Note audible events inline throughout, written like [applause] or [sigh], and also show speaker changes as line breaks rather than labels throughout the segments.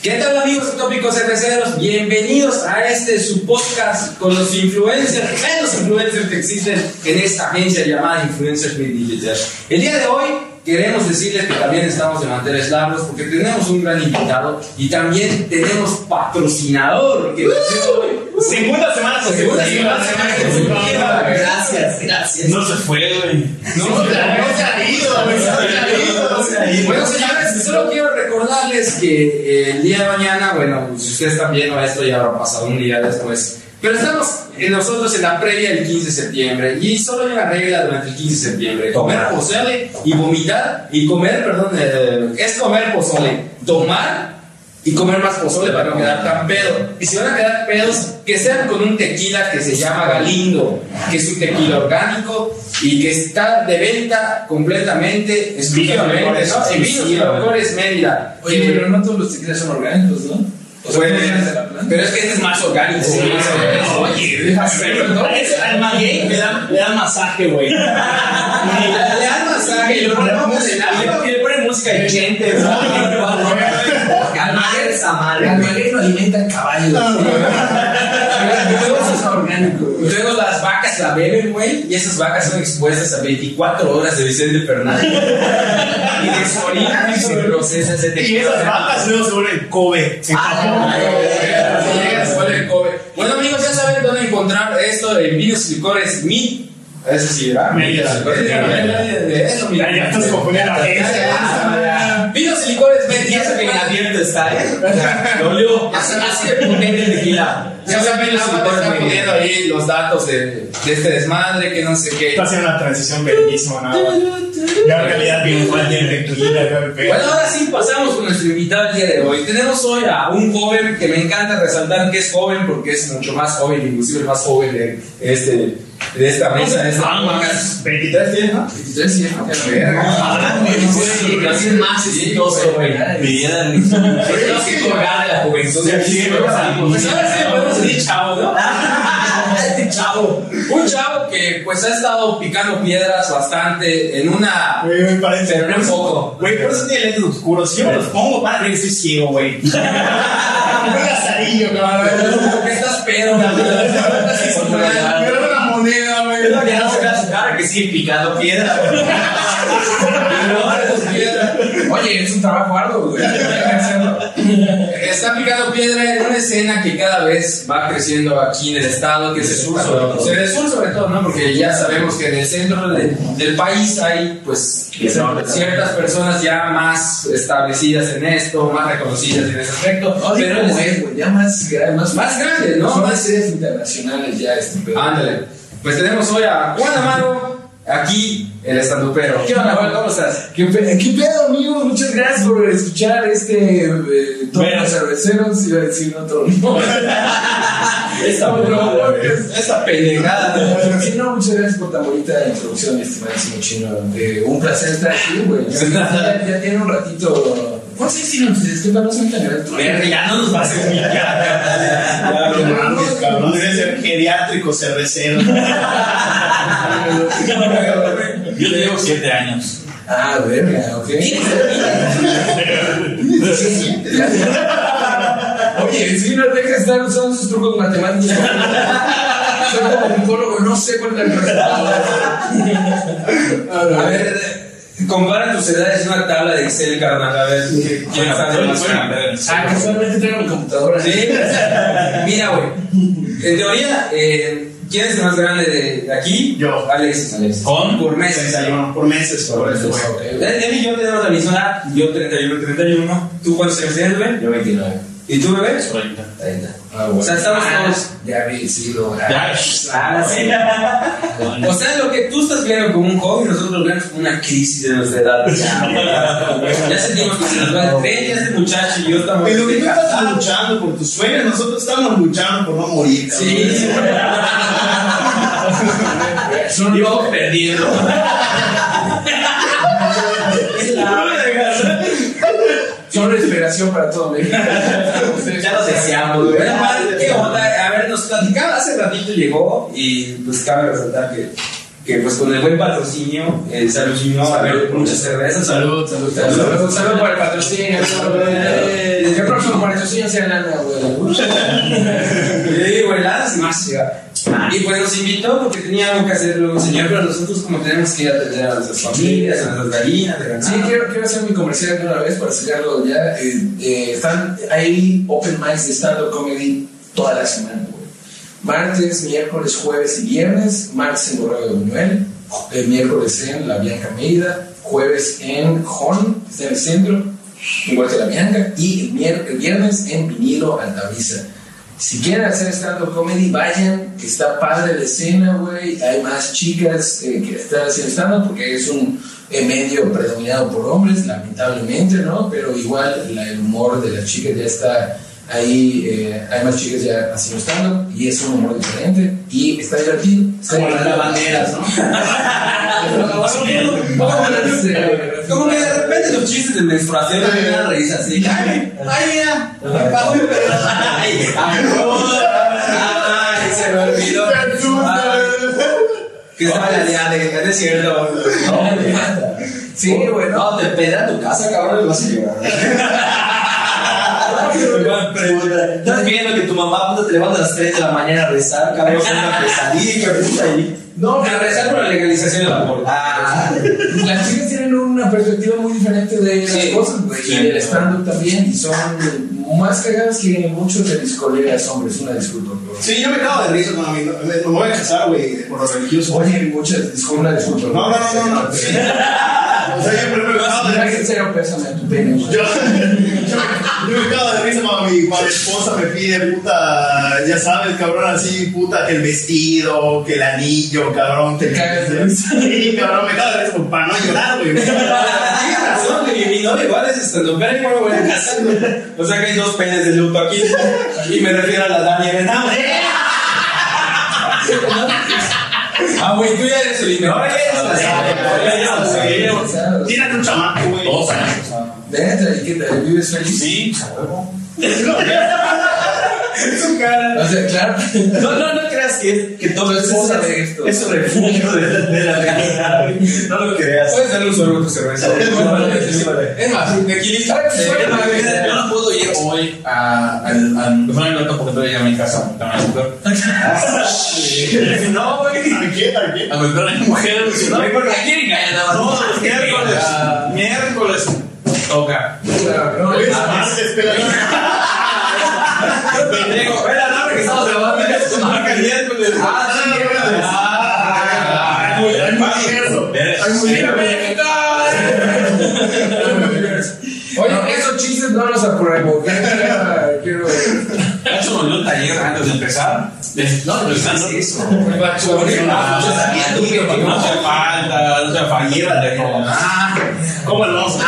¿Qué tal amigos tópicos cerveceros? Bienvenidos a este su podcast con los influencers, menos influencers que existen en esta agencia llamada Influencers Made Digital. El día de hoy queremos decirles que también estamos de manteles largos porque tenemos un gran invitado y también tenemos patrocinador. que
Segunda semana
Segunda
consecutiva.
semana consecutiva.
Gracias, gracias.
No se fue, güey.
No,
no se ha ido, güey, no se ha ido, no se ha ido.
Bueno, señores, solo quiero recordarles que eh, el día de mañana, bueno, si ustedes están viendo esto ya habrá pasado un día después, pero estamos eh, nosotros en la previa del 15 de septiembre y solo hay una regla durante el 15 de septiembre, comer pozole y vomitar y comer, perdón, eh, es comer pozole, tomar y comer más pozole para no quedar tan pedo. Y si van a quedar pedos, que sean con un tequila que se llama Galindo, que es un tequila orgánico y que está de venta completamente, exclusivamente,
Licores,
¿no? En Vinos y
exclusiva.
Licores Mérida.
Oye,
Que-
pero no todos los tequilas son orgánicos, ¿no? O sea,
Pues,
no vienen de la planta.
pero es que este es más orgánico.
Sí,
más
sí.
orgánico.
Oye, deja hacerlo, ¿no?
Parece al maguey le dan, le dan masaje,
[laughs]
güey. Le
Le dan masaje y lo ponemos en el agua.
le ponen música de gente, Al maguey es
Al
amal.
maguey lo alimentan caballos. Todo eso es orgánico.
Luego las vacas la beben, güey, y esas vacas son expuestas a 24 horas de Vicente Fernández. y desorinan y se procesa ese
Y
tequila.
esas vacas luego se vuelven Kobe. Se
Ah,
Ay, güey, llega después del COVID. Bueno amigos, ya saben dónde encontrar esto en Vinos y Licores Mi. Eso sí, ¿verdad? pues,
Mérida.
Eso, mira.
Ya estás confundiendo la
Ah, Vinos y Licores Mérida. Ya saben,
abierto está, ¿eh? Dolió.
Así de potente el tequila. Ya saben, la Amber Ah, está poniendo ahí los datos de, de este desmadre, que no sé qué.
Está haciendo una transición bellísima, ¿no? Ya en realidad virtual ya en tequila, ya me pega.
Bueno, ahora sí pasamos con nuestro invitado el día de hoy. Tenemos hoy a un joven que me encanta resaltar que es joven porque es mucho más joven, inclusive el más joven de, este, de esta mesa, de esta podcast.
23 tienes, ¿no?
23 sí, ¿no? Qué verga.
Lo hacen más
pues,
exitoso, güey. Tenemos que colgar de la juventud.
Sí, sí,
Pues,
Pues ahora sí le podemos decir chavo, ¿no?
Este chavo.
[laughs] Un chavo que pues ha estado picando piedras bastante en una...
Güey, me parece.
Pero no un poco.
Güey, por eso tiene lentes oscuros. Si yo me los pongo, padre, estoy ciego, güey. Un lazarillo, cabrón.
Porque estás pedo, güey. Estás insoportable.
Pero una moneda, güey.
Ya no se vea su cara que sigue picando piedra, güey.
Oye, es un trabajo arduo, [laughs] güey.
Está picando piedra en una escena que cada vez va creciendo aquí en el estado, que es el sur sobre todo. O sea, el sur sobre todo, ¿no? Porque ya sabemos que en el centro de- del país hay, pues, ciertas personas ya más establecidas en esto, más reconocidas en ese aspecto.
Pero
Pero
como
es
es, güey, ya más grave, más
más grande,
No,
¿no?
son
Más-
series internacionales ya este pedo.
Ándale. Pues tenemos hoy a Juan Amaro, aquí, el estandupero. ¿Qué onda, Juan? ¿Cómo estás?
¿Qué, pe- qué pedo, amigos? Muchas gracias por escuchar este. Eh, todos
Bueno.
los cerveceros, iba a decir otro. [laughs] No,
Esta
broma,
Esta pendejada.
Sí, no, muchas gracias por tan bonita introducción, estimadísimo chino. Eh, un placer estar aquí, güey. Ya, ya tiene un ratito. Pues No sé si nos disculpa, no soy tan grato.
Verga,
Ah,
ya no nos va a hacer humillar.
Cabrón, mames, cabrón. Debe ser geriátrico, [laughs] cervecero.
Yo tengo siete años.
Ah, verga, ok. Oye, sí, no deja de estar usando sus trucos matemáticos. Soy como un psicólogo, no sé cuál es el resultado.
A ver, compara tus edades en una tabla de Excel, carnal, a ver qué- quién sabe más.
Ah, casualmente traigo mi computadora.
Sí, mira, güey. En teoría, eh, ¿quién es el más grande de de aquí?
Yo.
Alexis. Alexis.
Con
Por meses.
31 por meses, por eso,
Ah,
güey.
Él él y yo tenemos la misma edad, yo 31, 31. ¿Tú cuántos años tienes, güey?
Yo 29.
¿Y tú, bebé?
Ah,
O sea, estamos todos.
Ya vi, sí, lo
Ya,
Ah, sí. O sea, lo que tú estás viendo como un hobby, nosotros lo vemos como una crisis de nuestra edad. Ya, güey. Ya sentimos que se nos va el tren, ya este muchacho y yo estamos.
Pero tú estás luchando por tus sueños, nosotros estamos luchando por no morir. cabrón.
Sí, sí.
Son yo.
perdiendo.
Son respiración para todo México.
[laughs] Ya lo deseamos, güey.
Bueno, Juan, ¿qué onda? A ver, nos platicaba hace ratito, llegó y pues cabe resaltar que, que pues con el buen patrocinio, el saludo a ver muchas cervezas.
Salud, salud, salud. Salud, salud por el patrocinio. Eh, El próximo patrocinio sea lana, güey.
Y güey, nada más llega. Y pues nos invitó porque tenía algo que hacer luego el señor, pero nosotros como tenemos que ir a atender a nuestras familias, a nuestras gallinas, de
Sí,
ganado.
quiero, quiero hacer mi comercial de una vez para sacarlo ya. Eh, eh, están, hay open mics de stand-up comedy toda la semana, güey. Martes, miércoles, jueves y viernes. Martes en Borrego de Buñuel. eh, miércoles en La Bianca Mérida. Jueves en Jón, que está en el centro, igual que La Bianca. Y el, mier- el viernes en Vinilo Altavisa. Si quieren hacer stand-up comedy, vayan, que está padre la escena, güey. Hay más chicas eh, que están haciendo stand-up porque es un eh, medio predominado por hombres, lamentablemente, ¿no? Pero igual la- el humor de las chicas ya está ahí, eh, hay más chicas ya haciendo stand-up y es un humor diferente y está divertido. Está
Como las
divertido.
lavanderas, ¿no?
Vamos, eh,
Como que de repente los chistes de menstruación me dan una risa así. Ay, ay, mira, me pagó mi pedo. Ay, ay, ay, se me olvidó. Que estaba la diana, que es cierto.
Sí, güey, no.
No, te peda a tu casa, cabrón, y vas a [laughs] llorar.
Estás viendo que tu mamá puta, te levanta a las 3 de la mañana a rezar, cabrón, es una pesadilla, puta, ahí.
No, pero rezar por la legalización del aborto.
Ah,
Las chicas tienen una perspectiva muy diferente de las
Sí.
cosas, güey,
Sí.
y del stand-up también, y son más cagadas que muchos de mis colegas hombres, una disculpa, pero...
Sí, yo me cago de risa con mi. Me, me voy a casar, güey, por lo religioso.
Oye, muchas disculpas, una disculpa.
No, no, no, no. no. Sí. O sea, yo primero me cago de
Mira
risa.
que cero peso en tu pene, güey.
Yo, yo, yo me cago de risa cuando mi, cuando mi esposa me pide, puta, ya sabes, cabrón, así, puta, que el vestido, que el anillo, cabrón.
Te cagas de risa.
Sí, cabrón, me cago de risa como para no llorar, güey.
Tienes razón, que mi novia igual es estando, pero igual voy a casar, güey. O sea que hay dos penes de luto aquí. Y me refiero a la Dani Hernández. Ah, güey, tú ya eres el No,
O sea,
Tírate un chamaco, güey.
Oh,
Dos años.
Neta, ¿y qué tal? ¿Vives feliz?
Sí, a huevo.
O sea, claro.
No, no, no creas que, que todo es
Esposa
cosa
de
de
esto.
Es un refugio de, de la realidad. güey. No lo creas. Puedes darle un sorbo a tu cerveza.
Es más, me quieres...
Yo no puedo ir hoy a. al- al- Me ponen el auto porque todavía a mi casa. a mi mujer.
No, güey.
¿A quién? ¿A quién?
A mi perra y mi mujer. No, porque aquí engañan a
Todos los miércoles.
Miércoles. Toca.
No,
Hoy
es-
es martes, espera.
Digo, espera, no, porque estamos grabando. Es marca el miércoles.
Ah, sí, miércoles.
Ah,
Hay hay multiverso. Hay multiverso.
Oye, esos chistes no los apruebo. Quiero- Quiero...
Nacho nos dio un taller antes de empezar. De- No, pero están- Ah,
Yo sabía, tú, güey.
No hace falta, no hace falta. Llévate, no.
¿Cómo lo vamos a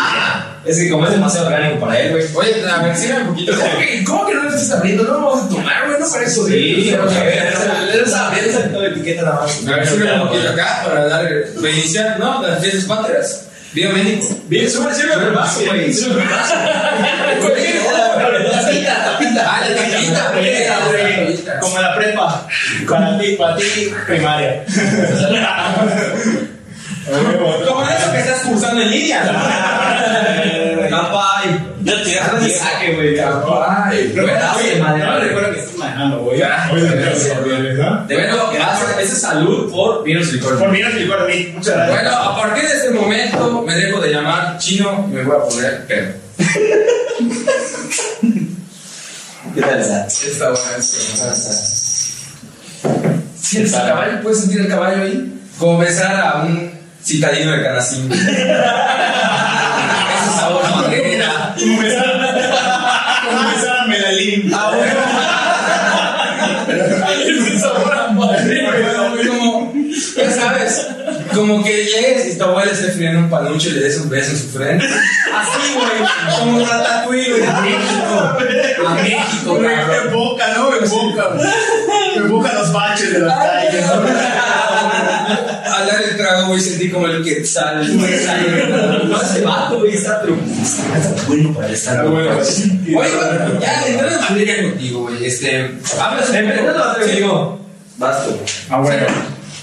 Es que como es demasiado orgánico para él, güey.
Oye, a ver, síganme un poquito. ¿Cómo que- ¿Cómo que no lo estás abriendo? No lo vamos a tomar, güey, no para eso.
Sí,
güey.
porque etiqueta nada más. A ver, sube un poquito acá para dar reiniciar, ¿no? Las fiestas patrias. Bien, médico. Bien, sube, sube el vaso, güey. Sube el [laughs] vaso. Tapita, tapita. Ah, la tapita, güey.
Como en la prepa. Para ti, para ti, primaria.
Como eso que estás cursando en línea. [laughs] Capay.
Ya te
Ah,
agarran y
Ah,
saca.
güey.
Ay,
Pero, oye, madre, no recuerdo que
Ah,
De verdad, gracias. Esa es salud por vinos y licores.
Por mí no se igual a mí. Muchas gracias.
Bueno, a partir de este momento me dejo de llamar chino y me voy a poner perro.
[laughs] ¿Qué tal está?
Está buena esta. ¿Sientes el caballo? ¿Puedes sentir el caballo ahí?
Como besar a un citadino de
[laughs]
Canacín. Ese sabor a madera.
[laughs] Comenzar a Melalín.
A huevo. Ese sabor a madera. güey, Como, ya sabes, como que llegues y tu abuela esté friendo un panucho y le des un beso en su frente. Así, güey. Como ratatouille, güey. A México. A México,
Me
cabrón.
evoca, ¿no? Me evoca. Me evoca los baches de las calles.
Al dar el trago, güey, sentí como el quetzal. No se va, güey, está truco.
bueno para estar.
Oye, güey, ya entrando en materia contigo, güey. Este, hablas un poco-
Empezando a hacer-
Sí, digo,
Vas tú.
Ah, bueno.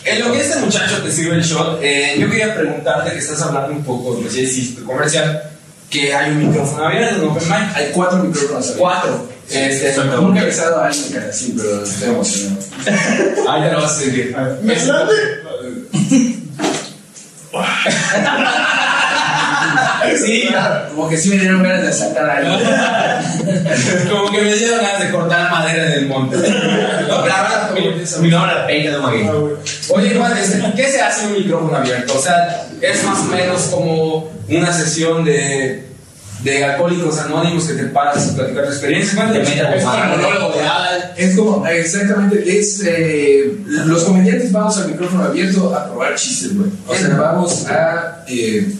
En lo que este muchacho te sirve el shot, eh, yo quería preguntarte que estás hablando un poco, no sé si tu comercial, que hay un micrófono abierto en Open Mic.
Hay cuatro micrófonos. abiertos.
Cuatro. Este,
Este, nunca he besado a alguien cara así, pero estoy emocionado.
ahí te lo vas a sentir.
¿Me late?
Sí,
Como que sí me dieron ganas de asaltar
[laughs]
a alguien.
como que me dieron ganas de cortar madera en el [laughs] monte. No, pero ahora, mi- mi nombre era Peña de Maguey. Oye, Juan, este, ¿qué se hace en un micrófono abierto? O sea, es más o menos como una sesión de, de alcohólicos anónimos que te paras a platicar tu experiencia. Cuéntame.
Te meten a fumar.
Es como, exactamente, es. eh, los comediantes vamos al micrófono abierto a probar chistes, güey. O sea, vamos a. eh,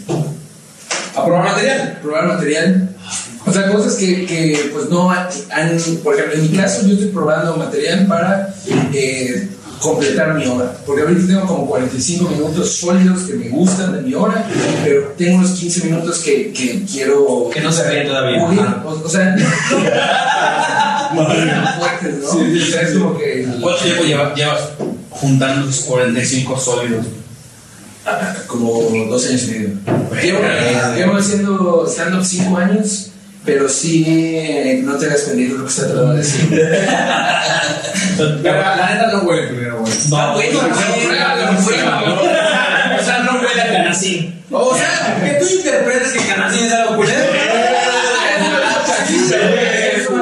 A probar material.
probar material. O sea, cosas que, que, pues no han, han- por ejemplo, en mi caso yo estoy probando material para eh, completar mi hora. Porque ahorita tengo como 45 minutos sólidos que me gustan de mi hora, pero tengo unos 15 minutos que, que quiero...
pues,
Que no se ríen todavía.
cubrir.
Ajá.
O, o sea, [laughs] fuertes, ¿no? O sea, es como que...
¿Cuánto tiempo lleva- llevas juntando tus 45 sólidos?
como 12 años y medio. Llevo,
Verga.
llevo haciendo stand-up 5 años, pero sí, eh, no te hagas pendiente lo que está tratando de decir.
Pero la neta no huele primero, güey.
No, Ah, güey, no,
no,
[laughs]
O sea, no huele a
Canasín.
O sea, que tú interpretes que Canacín es algo culero.
[laughs]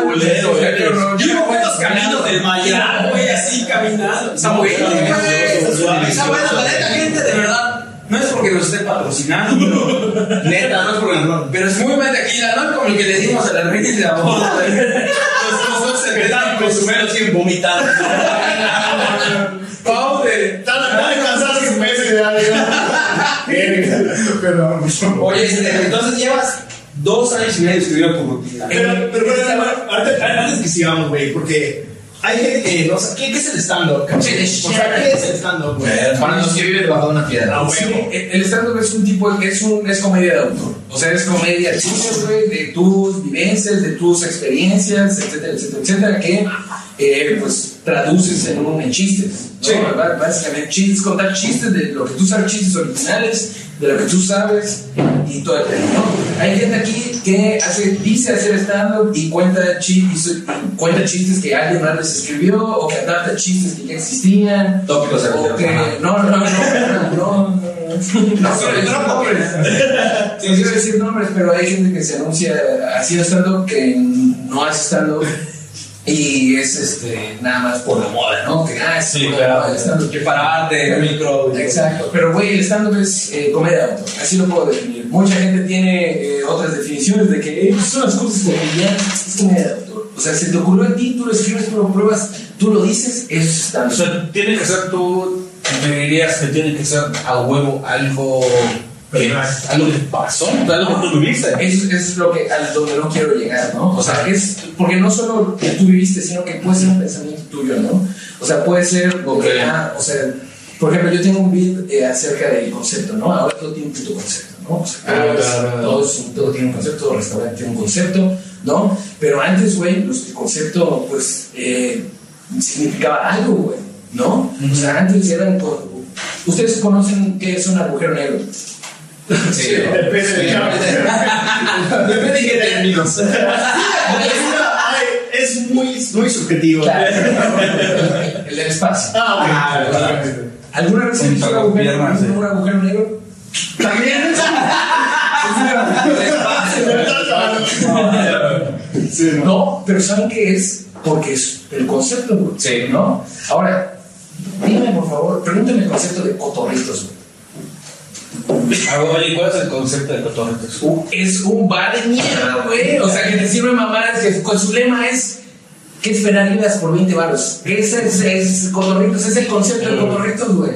culero,
O sea,
eres.
qué horror. Yo llevo los caminos del Maya, güey, así caminando. Samuel, güey. Samuel, la neta, gente, de verdad. No es porque nos esté patrocinando, pero- neta, no es porque Pero es muy mantequilla, ¿no? Como el que le dimos a la Ricky de la boda. Los dos se quedan consumiendo sin vomitar. Pobre.
Tan alcanzar sus meses de arriba. Perdón.
Oye, este, entonces llevas dos años y medio escribiendo tu rutina.
Pero, pero, pero, ahorita- antes que sigamos, güey, porque hay gente que no sabe. ¿Qué, qué es el stand-up, cabrón? O sea, ¿qué es el stand-up, güey? Ah,
Para los que viven debajo de una [laughs] piedra.
A
Ah, Sí,
huevo.
el el stand-up es un tipo, es, un, es comedia de autor. O sea, es comedia tuya, güey, de tus vivencias, de tus experiencias, etcétera, etcétera, etcétera, que eh, pues traduces en, un, en chistes. ¿no? Ba- Básicamente, chistes, contar chistes de lo que tú sabes, chistes originales, de lo que tú sabes y todo el tema, ¿no? Hay gente aquí que hace, dice hacer stand-up y cuenta, chi- y so- cuenta chistes que alguien más les escribió o que adapta chistes que ya existían.
Tópicos de
O que-
Ajá.
no, no, no, no, no, no. No quiero decir nombres. Sí, quiero decir nombres, pero hay gente que se anuncia haciendo stand-up que no hace stand-up y es este, nada más por la moda, ¿no? Que ah, es por la moda el stand-up.
Que para arte, micro.
Exacto, pero güey, el stand-up es eh, comedia de autor, así lo puedo definir. Mucha gente tiene eh, otras definiciones de que eh, pues son las cosas que ya es comedia de autor. O sea, se te ocurrió a ti, tú lo escribes, tú lo pruebas, tú lo dices, eso es
O
stand-up.
sea, tiene que ser tú, te dirías que tiene que ser a huevo algo que, algo que pasó, algo que tú viviste.
Eso es lo que al donde no quiero llegar, ¿no? O sea, es porque no solo que tú viviste, sino que puede ser un pensamiento tuyo, ¿no? O sea, puede ser lo que, ah, o sea, por ejemplo, yo tengo un beat eh, acerca del concepto, ¿no? Ahora todo tiene un puto concepto, ¿no? O sea,
Ah,
todo, es-
claro, claro.
todo es un- todo tiene un concepto, todo restaurante tiene un concepto, ¿no? Pero antes, güey, los- el concepto, pues, eh, significaba algo, güey, ¿no? O sea, antes eran. con- Ustedes conocen qué es un agujero negro.
Sí,
Depende de
Depende de qué términos.
Es, una- ay, es muy, muy subjetivo.
Claro. El del espacio.
Ah, güey.
¿Alguna vez has visto un agujero, un agujero negro?
También. Sí, no.
No, pero ¿saben qué es? Porque es el concepto, güey.
Sí.
¿No? Ahora, dime por favor, pregúntame el concepto de cotorritos, güey.
Ah, Oye, ¿cuál es el concepto de cotorritos?
U- Es un bar de mierda, güey. O sea, que te sirve mamadas, que con su lema es que esperanzas por 20 baros. Ese es, es cotorritos, ese es el concepto de cotorritos, güey.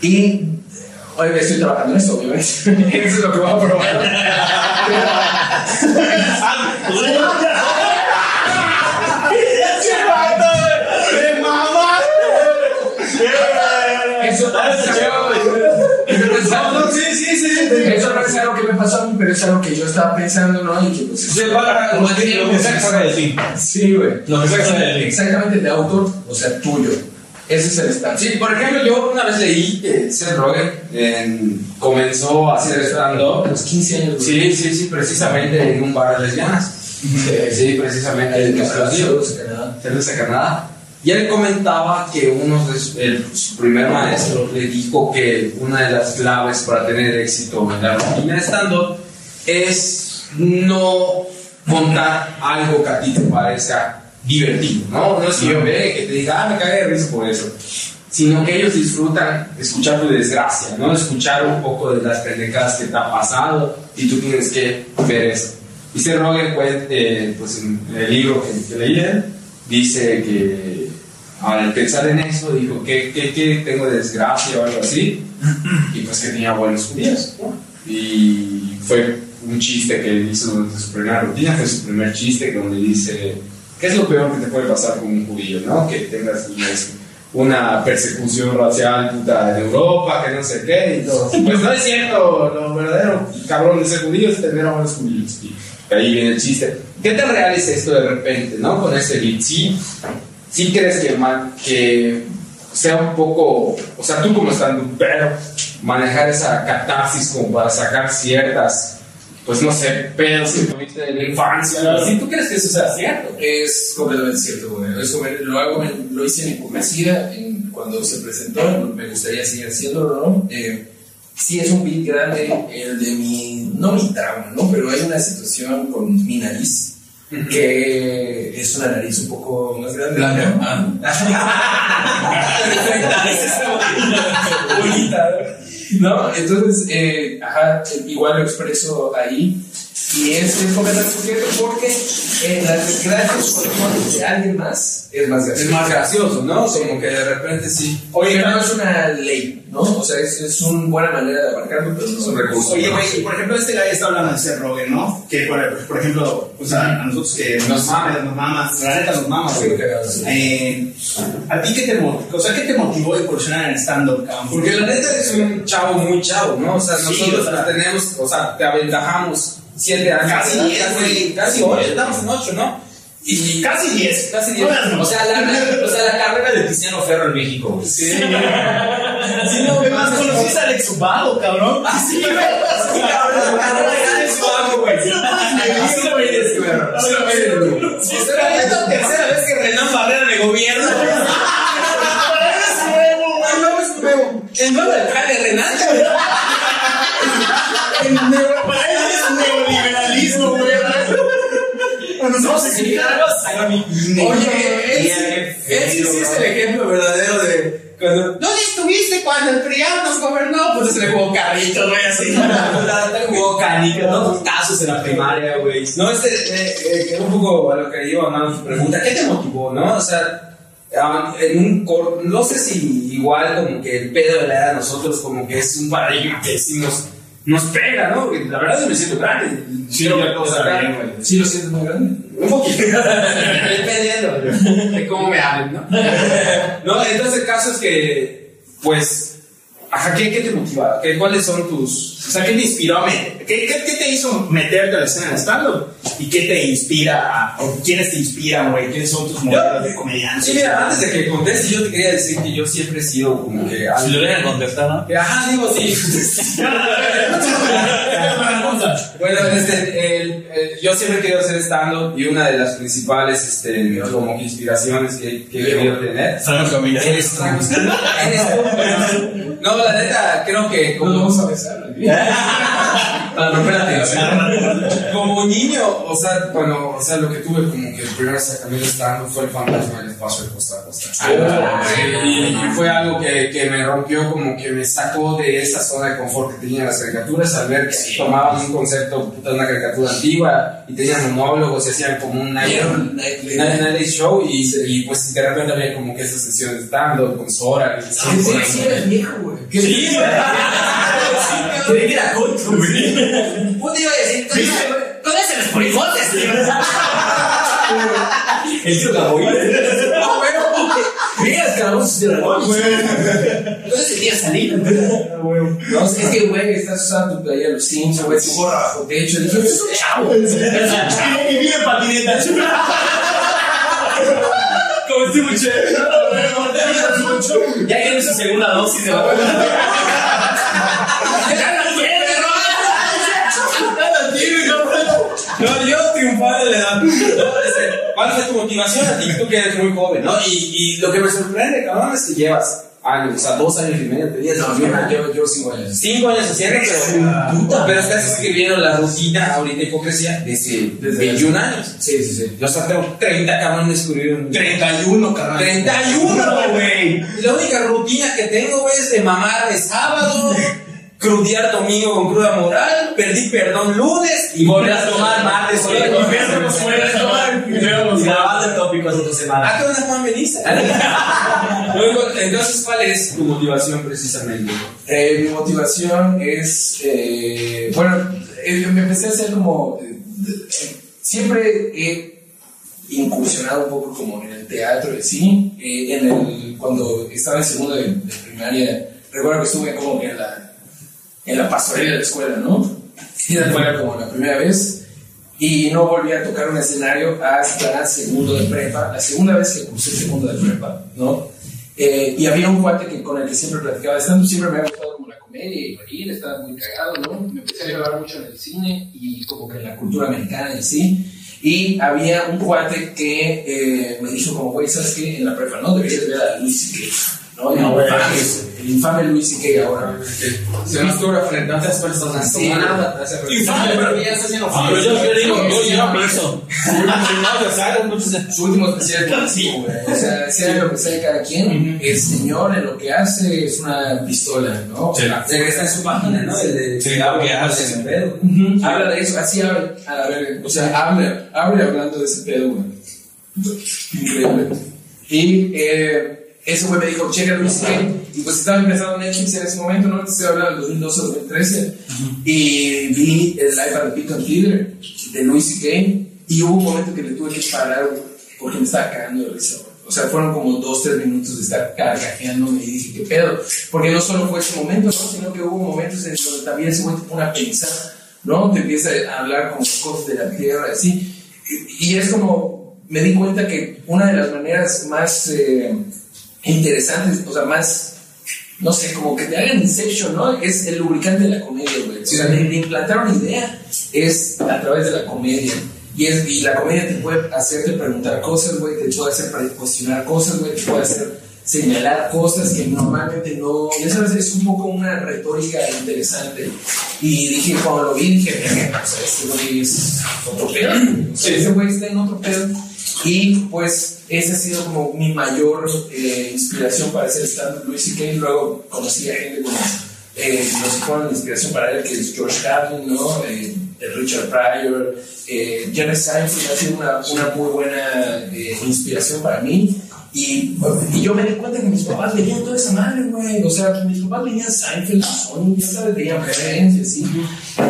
Y hoy estoy trabajando en eso, obviamente. [laughs] eso es lo que voy a probar.
¡Te mamaste!
Eso no es algo-
Sí, sí, sí, sí.
Eso no es algo que me pasó a mí, pero es algo que yo estaba pensando, ¿no? Y que pues.
Se paga lo que lo que sea que salga de ti.
Sí, güey.
Lo que sea que salga de ti.
Exactamente de autor, o sea, tuyo. Ese es el stand.
Sí, por ejemplo, yo una vez leí que Seth Rogen en- comenzó a hacer stand-up.
Los 15 años.
Sí,
güey.
sí, sí, precisamente en un bar de lesbianas. Sí, precisamente
El
en
que
los
se
Unidos.
los Canadá.
Él es de Canadá. Y él comentaba que uno de su, el- su primer maestro le dijo que una de las claves para tener éxito en la rutina estando es no montar algo que a ti te parezca divertido, ¿no? No es que yo vea y que te diga, ah, me cagué de risa por eso, sino que ellos disfrutan escuchar tu desgracia, ¿no? Escuchar un poco de las pendejadas que te ha pasado y tú tienes que ver eso. Y se Rogen, pues, eh, pues en el libro que, que leí él, dice que al pensar en eso dijo que, que, que tengo desgracia o algo así y pues que tenía buenos judíos ¿no? y fue un chiste que él hizo durante su primera rutina fue su primer chiste donde dice ¿qué es lo peor que te puede pasar con un judío? ¿no? que tengas pues, una persecución racial puta en Europa que no sé qué y todo pues no es cierto lo verdadero cabrón de ser judío es tener a buenos judíos y ahí viene el chiste ¿qué tan real es esto de repente? ¿no? con este beat sí ¿Sí crees que, ma- que sea un poco, o sea, tú como estando, pero manejar esa catarsis como para sacar ciertas, pues no sé, pedos que tuviste de la infancia? ¿no? ¿Sí tú crees que eso sea cierto?
Es completamente cierto, güey. Es como- lo, hago, lo hice en hipocresía en- cuando se presentó. Me gustaría seguir haciéndolo, ¿no? Eh, sí, es un beat grande el de mi. No mi trauma, ¿no? Pero hay una situación con mi nariz. Que es una nariz un poco más grande. ¿no? Ah. [laughs] bonita, ¿no? Entonces, eh, ajá, igual lo expreso ahí. Y es es completamente cierto porque eh, las desgracias cuando son de alguien más es más gracioso.
Es más gracioso, ¿no? Como que de repente sí.
Oye, pero no es una ley, ¿no? O sea, es, es una buena manera de abarcarlo, pero no es un recurso.
Oye, güey, y por ejemplo, este gallo está hablando de ser Rogen, ¿no? Que, por, por ejemplo, o sea, a nosotros que nos mamas, nos mamas, la neta nos mamas, güey. Eh, ¿A ti qué te motivó? O sea, ¿qué te motivó a incursionar en el stand-up, cabrón?
Porque la neta es un chavo muy chavo, ¿no? O sea,
Sí,
nosotros
o sea.
tenemos, o sea, te aventajamos siete años.
Casi
¿verdad?
diez,
casi,
güey.
casi ocho, estamos en ocho, ¿no? Y
Casi 10.
casi diez.
O sea,
la, o sea, la carrera de Cristiano Ferro en México, güey.
Sí.
si no, me más conociste al exhumado, cabrón. Así, Ah, [laughs] güey. Ah, Así, cabrón.
Así lo eres, güey. Así lo eres, güey.
Sí, pero es la tercera vez que Renan Barrera me gobierna.
Ay, no, es nuevo. El nuevo alcalde, Renan.
[laughs]
El nuevo-
Para eso es neoliberalismo, güey.
No sé si cargas a mi Oye, ese ese sí es el ejemplo verdadero de cuando. ¿Dónde estuviste cuando el Priam nos gobernó? Pues se le jugó carrito,
[laughs]
güey, así.
Jugó canica, ¿no? Tazos en la primaria, güey.
No, este, eh, eh, un poco a lo que iba a su pregunta, ¿qué te motivó, no? O sea, ah, en un cor- no sé si igual como que el pedo de la edad de nosotros como que es un paradigma que sí nos, nos pega, ¿no? Porque La verdad yo me siento grande. Quiero ver cosas grandes.
Sí, lo siento muy grande.
Un poquito. [laughs] Estoy perdiendo de cómo me hablan, [laughs] ¿no? No, entonces el caso es que, pues, ajá, ¿qué, qué te motiva? ¿Qué, ¿Cuáles son tus...?
O sea, ¿qué te inspiró a meter? ¿Qué, qué, qué te hizo meterte a la escena de stand-up? ¿Y qué te inspira? a- ¿O quiénes te inspiran, güey? ¿Quiénes son tus modelos de comediantes?
Sí, mira, antes de que conteste, yo te quería decir que yo siempre he sido como que...
Si lo hubieran contestado, ¿no?
Ajá, digo, [laughs] sí. Bueno, este, el- el- yo siempre he querido hacer stand-up y una de las principales este, como que inspiraciones que, que he querido tener
Son familia.
es... [laughs] eres tú, pero- No, la neta, creo que
¿Cómo
como...
vamos a besar?
Ah, no,
[laughs]
espérate. Como niño, o sea, bueno, o sea, lo que tuve como que el primer sacamiento estando fue el fantasma del espacio de Costa a Costa.
Ah,
Y y fue algo que, que me rompió, como que me sacó de esa zona de confort que tenían las caricaturas al ver que tomaban un concepto, puta, una caricatura antigua y tenían monólogos y hacían como un
Ayer,
iron Night Night Show y, y pues de repente había como que esas sesiones estando con Sora. y-
Sí, eres viejo, güey.
Sí,
Creí que era culto, güey.
puta, iba a decir, "Coño,
Son los poligotes, tío. El tío Gaboy.
no, güey".
Mira, escalamos de dragones. Entonces el día salir.
No, es que, güey, estás usando tu playera de los Sims, güey, tu gorra bajo techo. Dije, es un chavo.
Y vive en patineta.
Como estoy muy chévere.
Pero,
Ya tiene su segunda dosis de
[laughs]
vacuna.
No, yo triunfar de la edad. No, este, ¿Cuál fue tu motivación a ti? Tú que eres muy joven, ¿no? Y, y lo que me sorprende, cabrón, es que llevas años, o sea, dos años y medio, te dices,
No, yo no, yo llevo cinco años.
cinco años haciendo, pero, pero estás escribiendo la rutina ahorita hipocresía desde,
Desde
21 años.
Sí, sí, sí.
Yo hasta tengo 30 cabrones de escribir un
31, carnal.
31, güey. Y La única rutina que tengo, güey, es de mamar de sábado, crudear domingo con cruda moral, perdí perdón lunes y volver a tomar martes. o
Y ves cómo
miércoles.
suena esto, y luego,
Grabando el tópico hace dos semanas.
Ah, ¿qué onda, Juan
[laughs]
Benítez? Luego, entonces, ¿cuál es tu motivación precisamente?
Eh, mi motivación es, eh, bueno, eh, me empecé a hacer como, eh, siempre he incursionado un poco como en el teatro y así, eh, en el, cuando estaba en segundo de, de primaria, recuerdo que estuve como que en la, en la pastorela de la escuela, ¿no? Y esa fue como la primera vez, y no volví a tocar un escenario hasta segundo de prepa, la segunda vez que cursé segundo de prepa, ¿no? Eh, y había un cuate que, con el que siempre platicaba, estando siempre me había gustado como la comedia y reír, estaba muy cagado, ¿no? Me empecé a llevar mucho en el cine y como que en la cultura americana en sí. Y había un cuate que eh, me dijo como, güey, ¿sabes qué? En la prepa, ¿no? Deberías ver a Luis C.K., ¿no?
No, güey.
el, infame, el infame Luis C.K. ahora.
Se nos estuvo frente a otras personas.
Sí.
Como nada,
Infame, pero ya estás haciendo
Pero yo, yo digo, yo llevo preso. No, yo salgo, muchos-
Su último especial es [laughs] buenísimo, güey. O sea, sea lo que sea de cada quien, el señor en lo que hace es una pistola, ¿no?
Sí.
Regresa en su página, ¿no? El de
Sí, claro que hace.
en pedo.
Ujú. Habla de eso, así habla. A la verga. O sea, habla, habla hablando de ese pedo, güey. Increíble. Y eh, ese güey me dijo, checa Luis C.K. Y pues estaba empezando Netflix en ese momento, ¿no? Te estoy hablando del 2012 o 2013. Y vi el live de Pick and Theater de Luis C.K. Y hubo un momento que le tuve que parar, güey, porque me estaba cagando de risa, güey. O sea, fueron como dos, tres minutos de estar carcajeándome y dije, ¿qué pedo? Porque no solo fue ese momento, ¿no? Sino que hubo momentos en donde también ese güey te pone a pensar, ¿no? Te empieza a hablar como cosas de la tierra, así. Y, y es como, me di cuenta que una de las maneras más eh, interesantes, o sea, más, no sé, como que te hagan inception, ¿no? Es el lubricante de la comedia, güey. O sea, de, de implantar una idea es a través de la comedia. Y, es, y la comedia te puede hacerte preguntar cosas, güey, te puede hacer pre- cuestionar cosas, güey, te puede hacer señalar cosas que normalmente no... Ya sabes, es un poco una retórica interesante. Y dije, cuando lo vi, dije, "Verga, o sea, este güey es otro pedo. güey". O sea, Ese güey está en otro pedo. Y pues esa ha sido como mi mayor eh, inspiración para hacer stand-up. Luis C.K. Luego conocí a gente como eh, los que fueron la inspiración para él, que es George Carlin, ¿no? Eh, eh, Richard Pryor, eh, Jerry Seinfeld ha sido una, una muy buena eh, inspiración para mí. Y, y yo me di cuenta que mis papás veían toda esa madre, güey. O sea, mis papás veían Seinfeld, Sony, ya sabes, veían referencias, sí.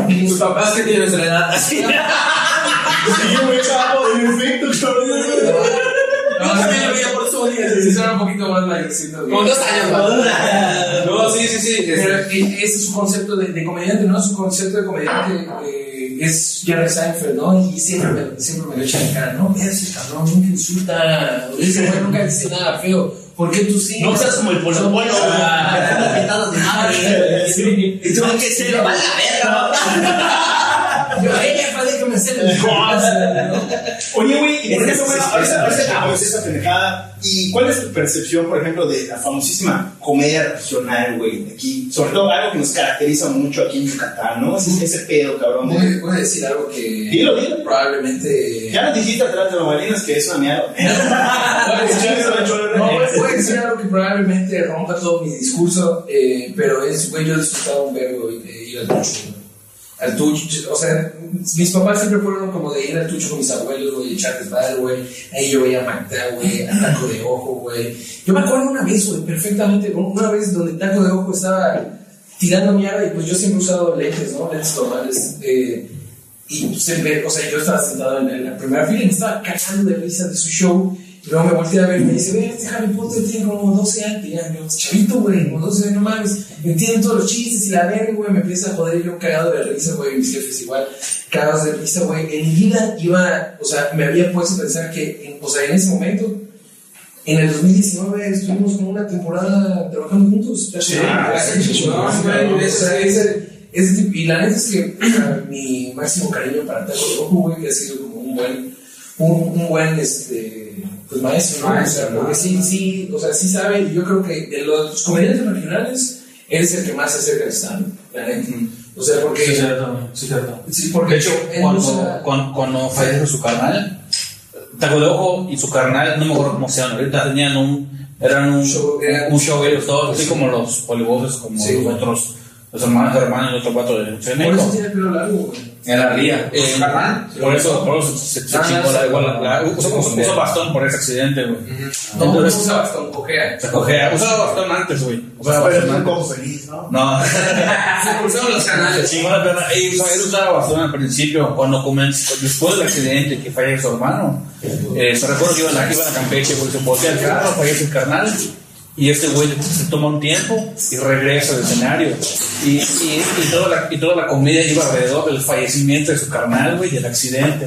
Y mis papás que tienen nuestra edad, así.
Sí, güey, chavo, en efecto, cabrón.
Yo también lo veía por eso, digas.
Sí, son un poquito más mayorcitos. güey.
Con dos años, más. No, sí, sí, sí.
Pero
este,
e- ese es su concepto de, de comediante, ¿no? Su concepto de comediante eh, es Jerry Seinfeld, ¿no? Y siempre me, siempre me lo echa en cara, ¿no? Mira ese cabrón, nunca insulta, ese güey nunca dice nada feo. ¿Por qué tú sí?
No seas como el polo polo,
Como pintado de madre.
Sí.
Y tú que se lo va a la verga.
Yo, ella fue que me hacer el ¿no?
Oye, güey, y por
Es
ejemplo, bueno,
que-
ahorita ahorita acabamos ah, pues, esa pendejada. ¿Y cuál es tu percepción, por ejemplo, de la famosísima comedia regional, güey, de aquí? Sobre todo algo que nos caracteriza mucho aquí en Yucatán, ¿no? Ese, ese pedo, cabrón. güey.
Voy, voy a decir algo que
Dilo, dilo.
probablemente...
Ya nos dijiste atrás de los balinas que es una mierda.
No, pues, puede ser algo que probablemente rompa todo mi discurso, eh, pero es, güey, yo he disfrutado un verbo eh, ir al tucho. güey. Al tucho, o sea, mis papás siempre fueron como de ir al tucho con mis abuelos, güey, echar desmadre, güey. Ahí yo veía a Magda, güey, a Taco de Ojo, güey. Yo me acuerdo una vez, güey, perfectamente, una vez donde Taco de Ojo estaba tirando mierda y pues yo siempre he usado lentes, ¿no? Lentes normales. eh, y pues, él ve- o sea, yo estaba sentado en, en la primera fila y me estaba cagando de risa de su show. Y luego me volteé a ver y me dice, ve, este Harry Potter tiene como 12 años. Y ya, yo, chavito, güey, como 12 años, no mames. Me entienden todos los chistes y la verga, güey. Me empieza a joder y yo cagado de risa, güey. Mis jefes igual, cagados de risa, güey. En mi vida iba, o sea, me había puesto a pensar que, en- o sea, en ese momento En el 2019 estuvimos como una temporada trabajando juntos.
Sí,
Gracias,
sí,
chingón,
sí,
güey.
sí.
O sea, ese- ese tipo- y la neta es que [clears throat] o sea, mi máximo cariño para Taco Rojo, güey, que ha sido como un buen, un, un buen, este, pues maestro, ¿no?
Maestro,
O sea, porque sí, sí, o sea, sí sabe, y yo creo que de los comediantes regionales, eres el que más se acerca al stand, la neta. O sea, porque,
Sí, cierto, sí, cierto.
sí, porque
De hecho,
él no
cuando,
sabe-
cuando, cuando falleció su carnal, Taco de Ojo y su carnal, no me acuerdo cómo se llaman, ahorita tenían un, eran un
Show, eran-
un show ellos todos, así como los polivoces, como
Sí.
los otros, los hermanos, hermanos, los otros cuatro de Ciudad de
Por eso
México.
tiene pelo largo, güey.
En la ría.
Eh,
Carnal.
Por eso, por eso se, se
Ah,
chingó
sí.
la, igual la, la- usó, usó- usó bastón por ese accidente, güey.
No, no
Entonces-
usa bastón, cojea.
Se cogea, usaba bastón antes, güey. Usaba
Pero es
bastón
un
antes.
poco feliz, ¿no?
No.
[laughs] Se cruzaron los
Se
canales.
chingó la pierna. Y, o sea, él usaba bastón al principio, cuando comenzó, después del accidente que fallece su hermano. Eh, se recuerda que iban a, iban a Campeche, porque se voltea el carro, fallece el carnal. Y este güey se toma un tiempo y regresa al escenario. Y, y, y toda la, y toda la comedia iba alrededor del fallecimiento de su carnal, güey, del accidente.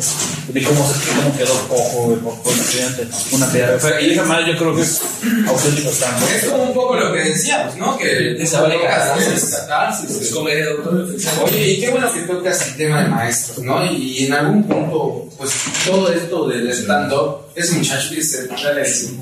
De cómo, se, cómo quedó cojo, güey, por, por el accidente. Una piedra. fea. Y esa madre yo creo que es auténtico stand
Es como un poco lo que decíamos, ¿no? Que
Desabroca,
catarsis,
¿no?
catarsis,
Es
güey.
comedia de autor, efectivamente.
Oye, y qué bueno que tocas el tema de maestros, ¿no? Y, y en algún punto, pues todo esto del stand-up, ese muchacho que se dale su. su-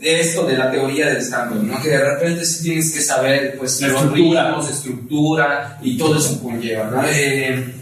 de esto, de la teoría del stand-up, ¿no? Que de repente sí tienes que saber, pues,
La
los
estructura.
ritmos, estructura y todo eso conlleva, ¿no? Eh,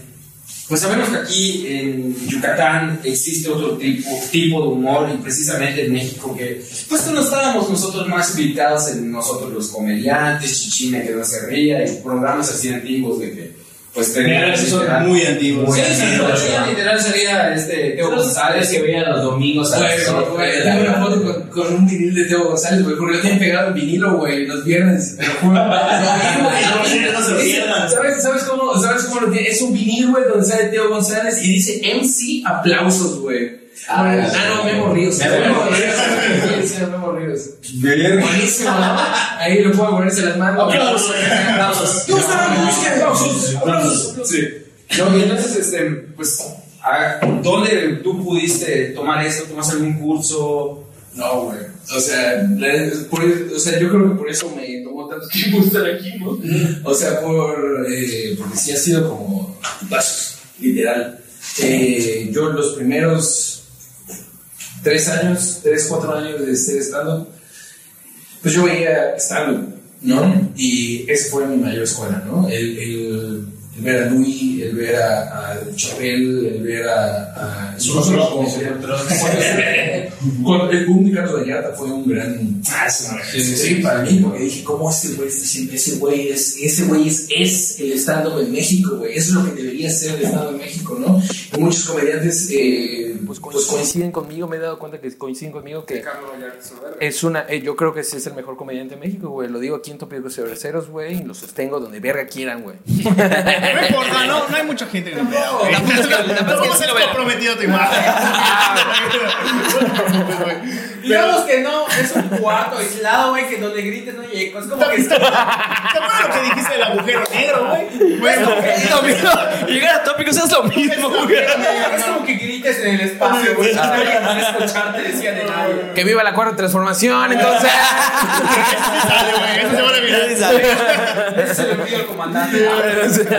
pues sabemos que aquí en Yucatán existe otro tipo, tipo de humor y precisamente en México que pues que no estábamos nosotros más ubicados en nosotros los comediantes, Chichina que no se ría y programas así antiguos de que pues
Mira, esos
literal-
son muy antiguos.
Sí,
Sí,
sí,
sí,
sí,
sí.
literal sería este Teo González que
veía los domingos
Güey, güey, tengo una foto con, con un vinil de Teo González, güey, porque lo tienen pegado en vinilo, güey, los viernes. te lo juro. Lo mismo,
No se lo
güey.
pierdan.
¿Sabes, ¿Sabes cómo? ¿Sabes cómo lo tiene? Es un vinil, güey, donde sale Teo González y dice MC aplausos, güey. Ah, no, Memo Ríos. Memo Ríos. Sí, sí, Memo Ríos. Buenísimo, ¿no? Ahí lo puedo ponerse las manos.
Aplausos.
Aplausos.
No, aplausos, aplausos.
Sí. No, y entonces, este, pues, ah, ¿dónde tú pudiste tomar esto? ¿Tomaste algún curso?
No, güey. O sea, la- por- o sea, yo creo que por eso me tomó tanto tiempo [laughs] estar aquí, ¿no? O sea, por, eh, porque sí ha sido como pasos, literal. Eh, yo los primeros tres años, tres, cuatro años de ser stand-up, pues yo veía stand-up, ¿no? Y esa fue mi mayor escuela, ¿no? El, el, el ver a Luis, el ver a, a Chapel, el ver a... a
Nosotros,
como- [laughs] cuando el boom de Carlos Vallarta fue un gran sí, para mí, porque dije, ¿cómo este güey está haciendo? Ese güey es, ese güey es, es el stand-up en México, güey. Eso es lo que debería ser el stand-up en México, ¿no? Y muchos comediantes, eh, pues, coinciden conmigo, me he dado cuenta que coinciden conmigo que es una, eh, yo creo que ese es el mejor comediante de México, güey. Lo digo aquí en Topicos Cerveceros, güey, y lo sostengo donde verga quieran, güey.
[laughs] No importa, no, no hay mucha gente que lo vea. güey.
la verdad es que- la verdad es que
Todos
sí lo
hemos
veo.
prometido tu imagen.
Digamos que no, es un cuarto aislado, güey, que donde grites no llega. Es como que es
¿Te acuerdas lo que dijiste del agujero negro, güey? Bueno,
Es lo mismo. Llegar a tópicos es lo mismo, güey.
es como que grites en el espacio, güey.
Ah,
Nadie va a escucharte, decía de nadie.
Que viva la cuarta transformación, entonces.
sí sale, güey. Eso se va a mirar.
Ese se lo pidió el comandante.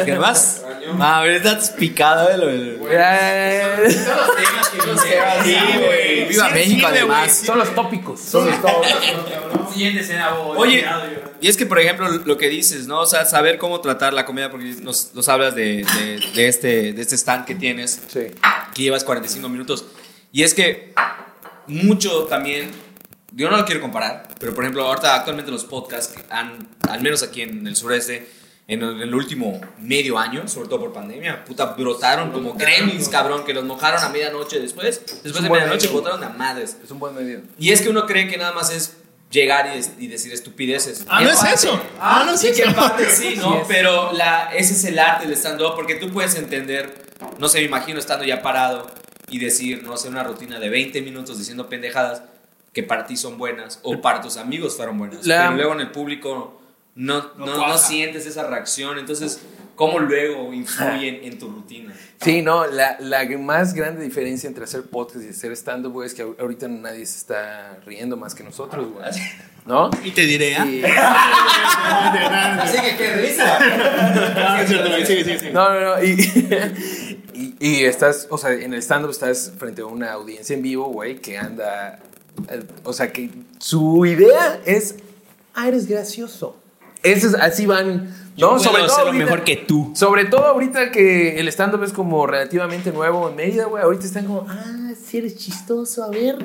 ¿Qué más? Ah, ahorita estás picado, eh, lo- lo-
Eh,
Son los temas que nos llevan.
Sí, güey.
Viva
Sí, sirve,
México,
güey.
además.
son los tópicos.
Siguiente escena, vos.
Oye,
Cuidado, yo.
Y es que, por ejemplo, lo que dices, ¿no? O sea, saber cómo tratar la comida, porque nos, nos hablas de, de- de este, de este stand que tienes,
Sí.
que llevas 45 minutos. Y es que mucho también, yo no lo quiero comparar, pero por ejemplo, ahorita actualmente los podcasts, que han, al menos aquí en el sureste, en el, en el último medio año, sobre todo por pandemia, puta, brotaron como gremlins, cabrón, que los mojaron a medianoche después. Después de
buen
medianoche
medio.
botaron a madres.
Es un buen medio.
Y es que uno cree que nada más es llegar y, des- y decir estupideces.
Ah,
En
no es
parte-
eso. Ah, no es
sí, que en
eso.
parte
[laughs]
sí,
Sí
¿no?
es.
Pero la, ese es el arte del stand-up, porque tú puedes entender, no sé, me imagino estando ya parado y decir, no sé, una rutina de 20 minutos diciendo pendejadas que para ti son buenas o para tus amigos fueron buenas.
La-
Pero luego en el público no, no, no sientes esa reacción, entonces, ¿cómo luego influyen en tu rutina?
Sí, no, la, la más grande diferencia entre hacer podcast y hacer stand-up, güey, es que ahor- ahorita nadie se está riendo más que nosotros, güey. ¿No?
Y te diré, ¿ah?
Y-
Así que qué risa.
Ah, es cierto, güey, sí, sí, sí.
No, no, no. Y, y- [laughs] y estás, o sea, en el stand-up estás frente a una audiencia en vivo, güey, que anda. eh, o sea, que su idea es. Ah, eres gracioso. Ese es, así van.
Yo
¿no?
puedo hacerlo
ahorita-
mejor que tú.
Sobre todo ahorita que el stand-up es como relativamente nuevo en Mérida, güey. Ahorita están como, ah, si eres chistoso, a ver.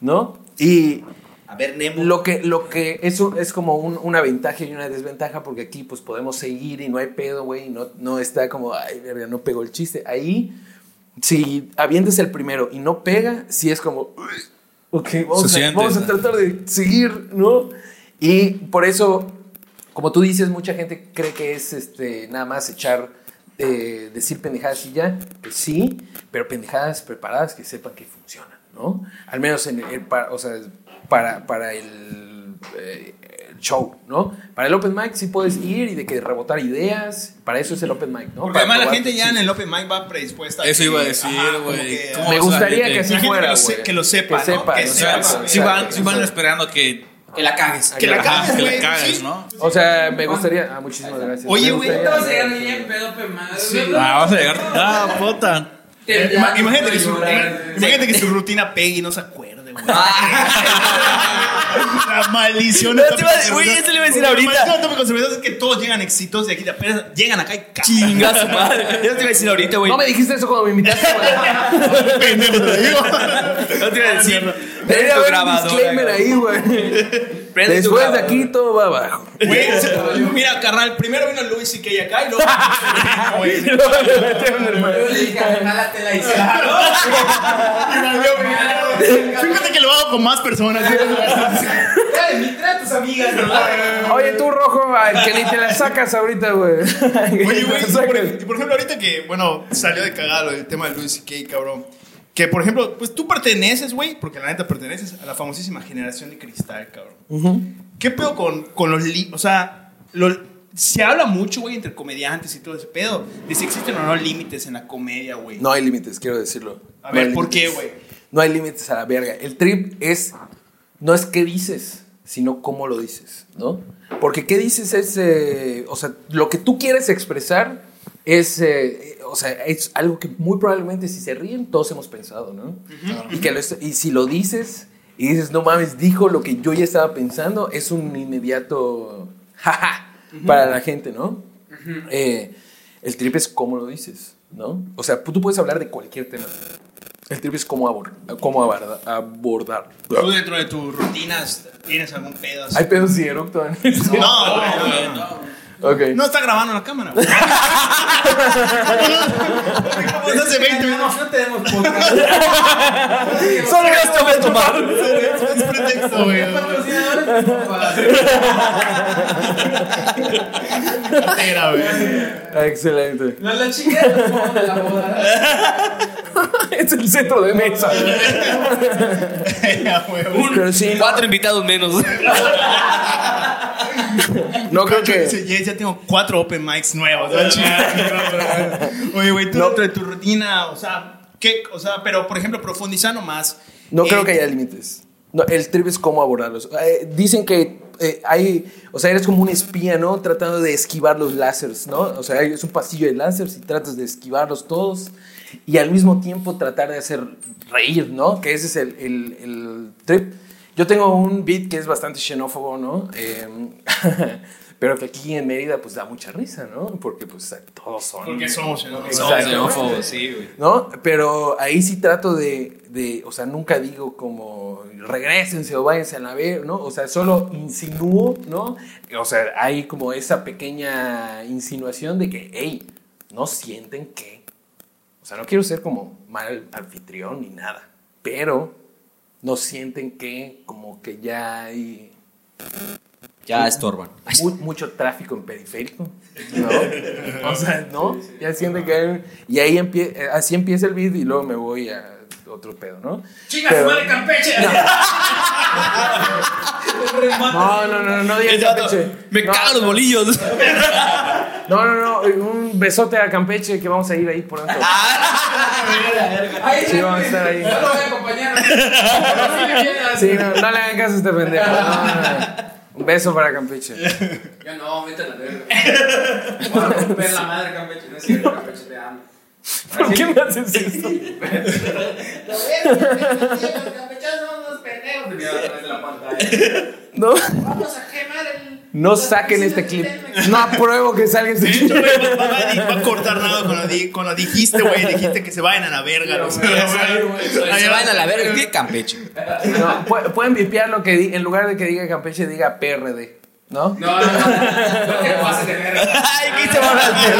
¿No? Y,
A ver, [laughs] Nemo.
lo que, lo que eso es como un- una ventaja y una desventaja, porque aquí pues podemos seguir y no hay pedo, güey, y no, no está como, ay, verga, no pegó el chiste. Ahí, si avientes el primero y no pega, sí es como, "Uy, ok, vamos, a,
Se siente,
vamos a
¿no?
tratar de seguir, ¿no? Y por eso, como tú dices, mucha gente cree que es este, nada más echar, eh, decir pendejadas y ya, pues sí, pero pendejadas preparadas que sepan que funcionan, ¿no? Al menos en el- para, o sea, para, para el, eh, el show, ¿no? Para el open mic sí puedes ir y de que rebotar ideas, para eso es el open mic, ¿no?
Porque
Para
además la
probar
gente
tus
ya en
chistes.
el Open Mic va predispuesta.
Eso
que-
iba a decir,
ajá, como
güey.
que-
¿Cómo
Me
vas a
gustaría
meter?
que así
La gente
fuera,
que lo se-
güey.
que lo sepa,
Que
¿no?
sepa,
Que sepa,
exacto,
güey.
Sí van,
exacto,
sí van
exacto.
esperando que,
Que la cagues.
Que la
ajá,
cagues,
que la
güey,
cagues,
sí.
¿no?
O sea, me gustaría. Ah, muchísimas gracias.
Oye,
Me
güey,
gustaría-
Estabas llegando bien pedo, pe madre.
Ah, vas a llegar. Ah, puta.
Ima- Imagínate que su,
Llorar.
imagínate que su rutina pegue y no se acuerde, güey. La maldición
Ah. No,
de
te iba a- güey, eso le iba a decir ahorita.
La maldición de consumidor es que todos llegan exitosos y aquí te apenas llegan acá y cagan.
Chinga su madre. Yo te iba a decir ahorita, güey.
No me dijiste eso cuando me invitaste, güey.
Pendejo, te
[laughs]
digo.
Yo te iba a decir.
Debería
tu
haber un
grabadora,
disclaimer
güey.
ahí, güey. Después de aquí todo va abajo.
Güey, se- mira, carnal, primero vino Luis y que acá y luego. Güey,
Yo le dije, jálate la
[laughs]
isla.
Fíjate que lo hago con más personas.
Ya de mi trae a tus amigas, ¿verdad?
Oye, tú rojo, al que ni te la sacas ahorita, güey.
[laughs]
[laughs]
Oye, güey,
Te la
por,
sacas.
y por ejemplo, ahorita que, bueno, salió de cagado el tema de Luis y cabrón. Que, por ejemplo, pues tú perteneces, güey, porque la neta perteneces a la famosísima generación de cristal, cabrón. ¿Qué pedo con, con los límites? O sea, lo- se habla mucho, güey, entre comediantes y todo ese pedo. De si existen o no límites en la comedia, güey.
No hay límites, quiero decirlo.
A
No
ver,
hay
¿por qué,
límites.
güey?
No hay límites a la verga. El trip es. No es qué dices, sino cómo lo dices, ¿no? Porque qué dices es. eh, o sea, lo que tú quieres expresar es. eh, eh, o sea, es algo que muy probablemente si se ríen, todos hemos pensado, ¿no? y, que lo es- y si lo dices y dices, no mames, dijo lo que yo ya estaba pensando, es un inmediato. jaja Para la gente, ¿no? Eh, el trip es cómo lo dices, ¿no? O sea, tú puedes hablar de cualquier tema. El trip es cómo, abor cómo aborda- abordar.
Tú dentro de tus rutinas tienes algún pedo así.
Hay pedos y eructan.
No, güey, no, no, no.
ok.
No está grabando la cámara, güey. Pues hace 20 minutos.
No tenemos
[laughs]
podcast.
Solo esto me tomaron.
Es pretexto, [laughs] güey.
Patrocinadores, papá.
Era,
[laughs]
güey.
Excelente.
No, la chica de los fondos de la
[laughs]
boda.
es el centro de mesa.
A huevo.
Pero sí, no,
Cuatro invitados menos.
no creo
Yo
que.
dice, Ya, ya tengo cuatro open mics nuevos. [laughs] ¿no? Chingada. Oye, güey, tú
No.
dentro de tu rutina, o sea, ¿qué? O sea, pero por ejemplo, profundizando más.
No
eh,
creo que haya límites. No, el trip es cómo abordarlos. Eh, dicen que eh, hay, o sea, eres como un espía, ¿no? Tratando de esquivar los láseres, ¿no? O sea, hay- es un pasillo de láseres y tratas de esquivarlos todos y al mismo tiempo tratar de hacer reír, ¿no? Que ese es el, el- el trip. Yo tengo un beat que es bastante xenófobo, ¿no? Eh, [laughs] pero que aquí en Mérida pues da mucha risa, ¿no? Porque pues todos son...
Porque somos, ¿no?
Exacto.
xenófobos, sí,
[laughs]
güey.
¿no? Pero ahí sí trato de, de, o sea, nunca digo como regresense o váyanse a la ver, ¿no? O sea, solo insinúo, ¿no? O sea, hay como esa pequeña insinuación de que, hey, no sienten que. O sea, no quiero ser como mal anfitrión ni nada, pero no sienten que como que ya hay
Ya estorban. Ay,
Mu- mucho tráfico en periférico, ¿no? o sea, ¿no? Ya siente que hay- Y ahí empie- eh, así empieza el beat y luego me voy a otro pedo, ¿no?
¡Chinga
Pero-
su madre Campeche!
No, no, no, no, no digas Campeche.
Me
No,
cagan los bolillos.
[laughs] No, no, no, eh, un besote a Campeche que vamos a ir ahí pronto.
Ahí
Sí, vamos a estar ahí.
No lo voy a acompañar.
[laughs]
Pero sí me quieras.
Sí, no, no le hagan caso a este pendejo. no, no, no. Un beso para Campeche.
Ya no, vete a la verga. Voy a romper la madre Campeche. No es cierto, Campeche, te amo.
¿Por qué me haces esto?
Los campechanos son unos pendejos. Te miro a través de la pantalla.
No,
Vamos a quemar el...
no saquen este clip. No apruebo que salga este clip.
güey, va, va- va a cortar nada con la, di- con la dijiste, güey. Dijiste que se vayan a la verga.
[laughs]
los-
Se van a la verga. ¿Qué Campeche?
No, pu- pueden vipear lo que di- en lugar de que diga Campeche, diga PRD, ¿no?
No, no, no. No te pases de verga.
Ay, ¿qué se van a hacer?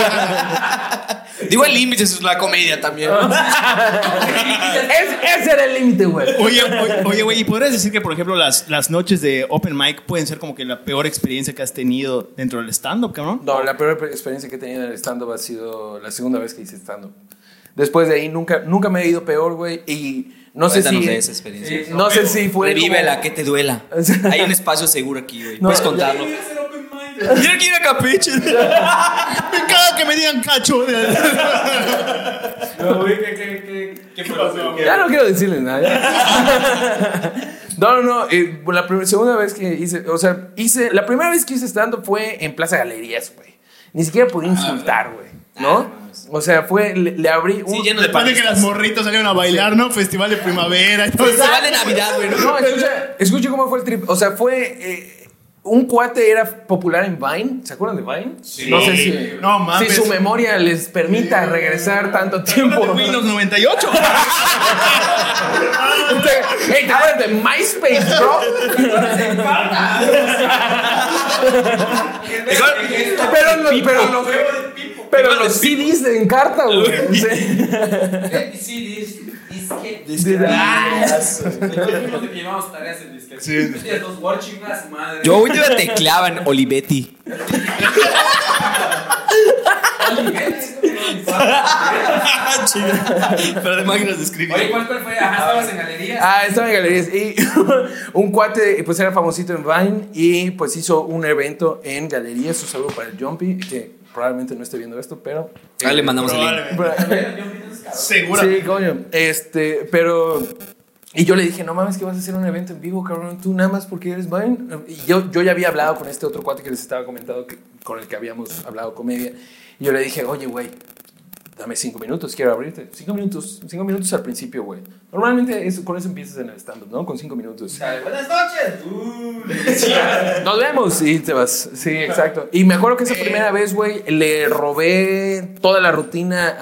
[laughs] Digo, el límite es la comedia también.
Es- ese era el límite, güey.
Oye, oye, oye, güey, ¿y podrías decir que, por ejemplo, las, las noches de Open Mic pueden ser como que la peor experiencia que has tenido dentro del stand-up, cabrón?
No, la peor experiencia que he tenido en el stand-up ha sido la segunda vez que hice stand-up. Después de ahí nunca, nunca me he ido peor, güey. Y no sé
Cuéntanos
si.
de esa experiencia.
No sé si fue.
Revívela,
como-
que te duela. Hay un espacio seguro aquí, güey.
No,
Puedes
ya-
contarlo.
Yo quiero a Campeche. Me caga que me digan cacho.
Ya no quiero decirle nada.
[laughs]
ya. No, no, no. eh, la primer- segunda vez que hice, o sea, hice, la primera vez que hice stand-up fue en Plaza Galerías, güey. Ni siquiera podía
Ah,
insultar, güey, ¿no? O sea, fue, le, le abrí un...
Sí, lleno de
Después de que
panistas.
las morritas salieron a bailar, ¿no? Festival de primavera y todo
Se
eso.
van de Navidad, güey. ¿no?
No, escucha, escucha cómo fue el trip. O sea, fue... eh, un cuate era popular en Vine, ¿se acuerdan de Vine? Sí. No sé si,
No mames.
si su memoria les permita regresar tanto tiempo.
Windows
[laughs]
98.
Este, Hey, ¿te acuerdas de MySpace, bro? Pero, los- pero, los- pero los CDs de encarta, güey. Sí.
Sí, dis- disque. Recuerdo que llevamos tareas en disque.
Sí.
Hostia, los watching a su madre.
Yo hoy día teclaban Olivetti.
Pero de máquinas de escribir.
Oye, ¿cuál fue? Ajá, estabas en galerías.
Ah, estaba en galerías. Y [laughs] un cuate, pues era famosito en Vine y pues hizo un evento en galerías. Un saludo para el Jumpy, que probablemente no esté viendo esto, pero...
Ahora le mandamos el link.
Probablemente. Segura.
Sí, coño. Este, pero. Y yo le dije, no mames, que vas a hacer un evento en vivo, cabrón. Tú nada más porque eres Vine. Y yo, yo ya había hablado con este otro cuate que les estaba comentando, que- con el que habíamos hablado comedia. Y yo le dije, oye, güey, dame cinco minutos, quiero abrirte. Cinco minutos, cinco minutos al principio, güey. Normalmente eso- con eso empiezas en el stand-up, ¿no? Con cinco minutos.
Dale, Buenas noches. Uh,
Nos vemos y te vas. Sí, exacto. Y me acuerdo que esa primera vez, güey, le robé toda la rutina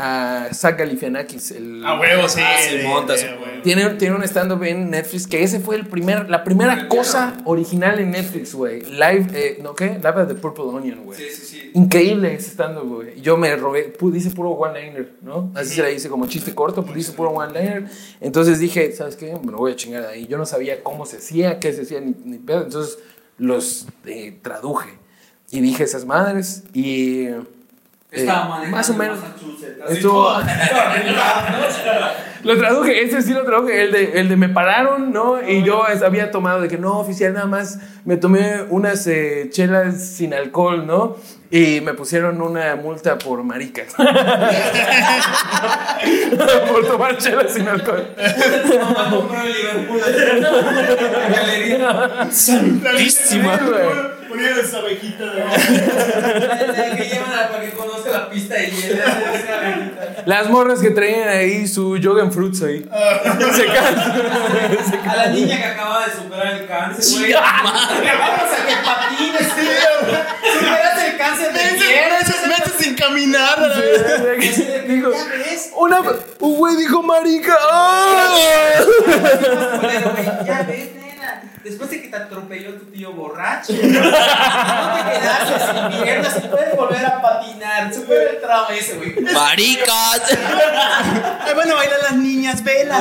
a Zach Galifianakis, el
A huevo, sí.
Ah, sí,
de-
montas.
de- güey.
Tiene, tiene un stand-up en Netflix que ese fue el primer, la primera cosa original en Netflix, güey. Live, eh, ¿no qué? Live at the Purple Onion, güey.
Sí, sí, sí.
Increíble ese stand-up, güey. Yo me robé, pu- dice puro one-liner, ¿no? Así se le dice como chiste corto, pero dice puro one-liner. Entonces dije, ¿sabes qué? Me lo voy a chingar de ahí. Yo no sabía cómo se hacía, qué se hacía, ni, ni pedo. Entonces los eh, traduje y dije esas madres y. eh,
Estaba manejando
más o menos.
Massachusetts, así,
Estuvo.
¡pum!
Lo traduje, ese sí lo traduje, el de, el de me pararon, ¿no? Y yo es- había tomado de que no, oficial, nada más me tomé unas eh, chelas sin alcohol, ¿no? Y me pusieron una multa por maricas. [laughs] por tomar chelas sin alcohol.
Mamá compró el Liverpool. La galería.
Santísima.
Sí, güey.
Ponía esa abejita de
La que llevan a- para que conozca la pista de hielo. esa avenida.
Las morras que traían ahí su Jogan
[laughs]
Fruits ahí. Se cansan. Se
A la niña que acaba de superar el cáncer, güey.
Chinga
Vamos a que patines, tío. Superaste el cáncer de quieres.
Meses, meses sin caminar. a la vez.
cansan. Dijo, una, un güey
[laughs]
dijo marica. ¡Ah!
Culero, güey. Ya ves, nena. Después de que te atropelló tu tío borracho, no te quedaste sin piernas y puedes volver a patinar. Supera el trauma ese, güey.
¡Maricas!
Ay,
Ah.
bueno, bailan las niñas, vela.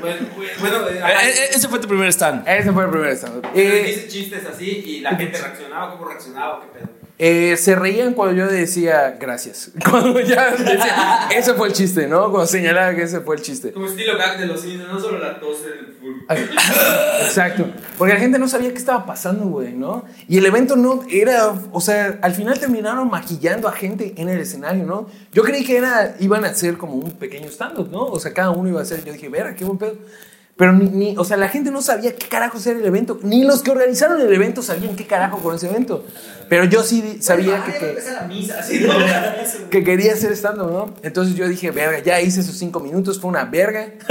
Bueno, bueno, eh,
Eh, eh, Ese fue tu primer stand.
Ese fue el primer Eh, stand
Dice chistes así y la gente reaccionaba, ¿cómo reaccionaba? ¿Qué pedo?
Eh, se reían cuando yo decía gracias. [laughs] Cuando ya decía, ese fue el chiste, ¿no? Cuando señalaba que ese fue el chiste.
Como estilo gag de los Simpsons, no solo la tos en el full.
Exacto. Porque la gente no sabía qué estaba pasando, güey, ¿no? Y el evento no era, o sea, al final terminaron maquillando a gente en el escenario, ¿no? Yo creí que era, iban a hacer como un pequeño stand-up, ¿no? O sea, cada uno iba a hacer, yo dije, verga, qué buen pedo. Pero ni, ni- o sea, la gente no sabía qué carajo era el evento. Ni los que organizaron el evento sabían qué carajo con ese evento. Pero yo sí di- sabía que... que-
la misa, así, ¿no?
que quería hacer stand-up, ¿no? Entonces yo dije, verga, ya hice esos cinco minutos, fue una verga.
[laughs]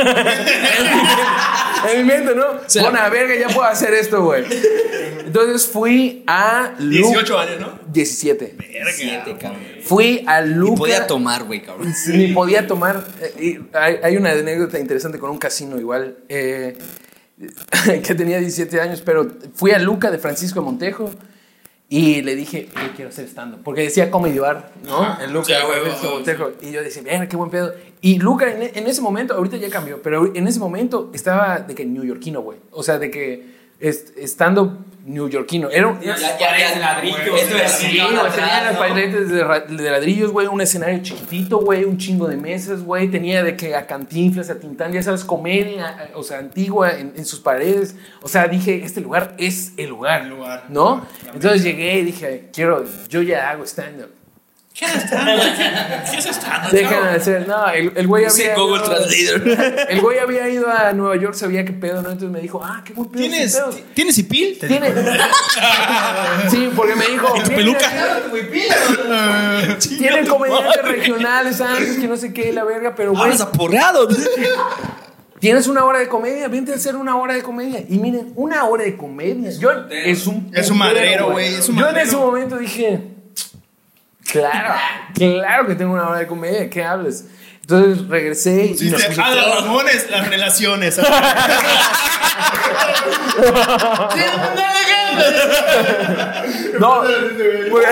en mi mente, ¿no? Fue una verga, ya puedo hacer esto, güey. Entonces fui a... Lu-
18 años, ¿no?
17.
Siete, cabrón.
Fui a Luca...
Podía tomar, güey, cabrón. [laughs]
Ni podía tomar. eh, y hay, hay una anécdota interesante con un casino igual. eh, [laughs] que tenía 17 años, pero fui a Luca de Francisco Montejo y le dije, yo quiero hacer stand-up. Porque decía comedy bar, ¿no? en Luca de Francisco Montejo. Y yo decía, mira, qué buen pedo. Y Luca en, en ese momento, ahorita ya cambió, pero en ese momento estaba de que neoyorquino, güey. O sea, de que est- stand-up neoyorquino. Era, un-
Ya, ya había ladrillo. Esto es
Sí, güey, tenía las paletas de, ra- de ladrillos, güey, un escenario chiquitito, güey, un chingo de mesas, güey, tenía de que a cantinflas, a tintán, ya sabes, comedia, a- o sea, antigua en, en sus paredes. O sea, dije, este lugar es el lugar,
lugar.
¿no? Entonces llegué y dije, quiero, yo ya hago stand-up. ¿Qué es stand-up? Dejan de hacer, no, el, el güey había...
Google
ido- [laughs] El güey había ido a Nueva York, sabía qué pedo, ¿no? Entonces me dijo, ah, qué buen pedo. sin
¿Tienes,
pedos".
¿Tienes hipil? Te
Tiene. Sí, porque me dijo.
¿Y tu
"Mira,
peluca? Ah,
Tiene comediantes regionales antes que no sé qué, la verga,
Ah,
pero güey.
Hablas aporreado.
Tienes una hora de comedia, vente a hacer una hora de comedia. Y miren, una hora de comedia. Yo, es un.
Es un madrero, güey, es un
Yo en
madrero.
ese momento dije. Claro, claro que tengo una hora de comedia, ¿qué hablas? Entonces regresé y.
Dice, ah, las ramones, las
[laughs]
relaciones.
No, güey.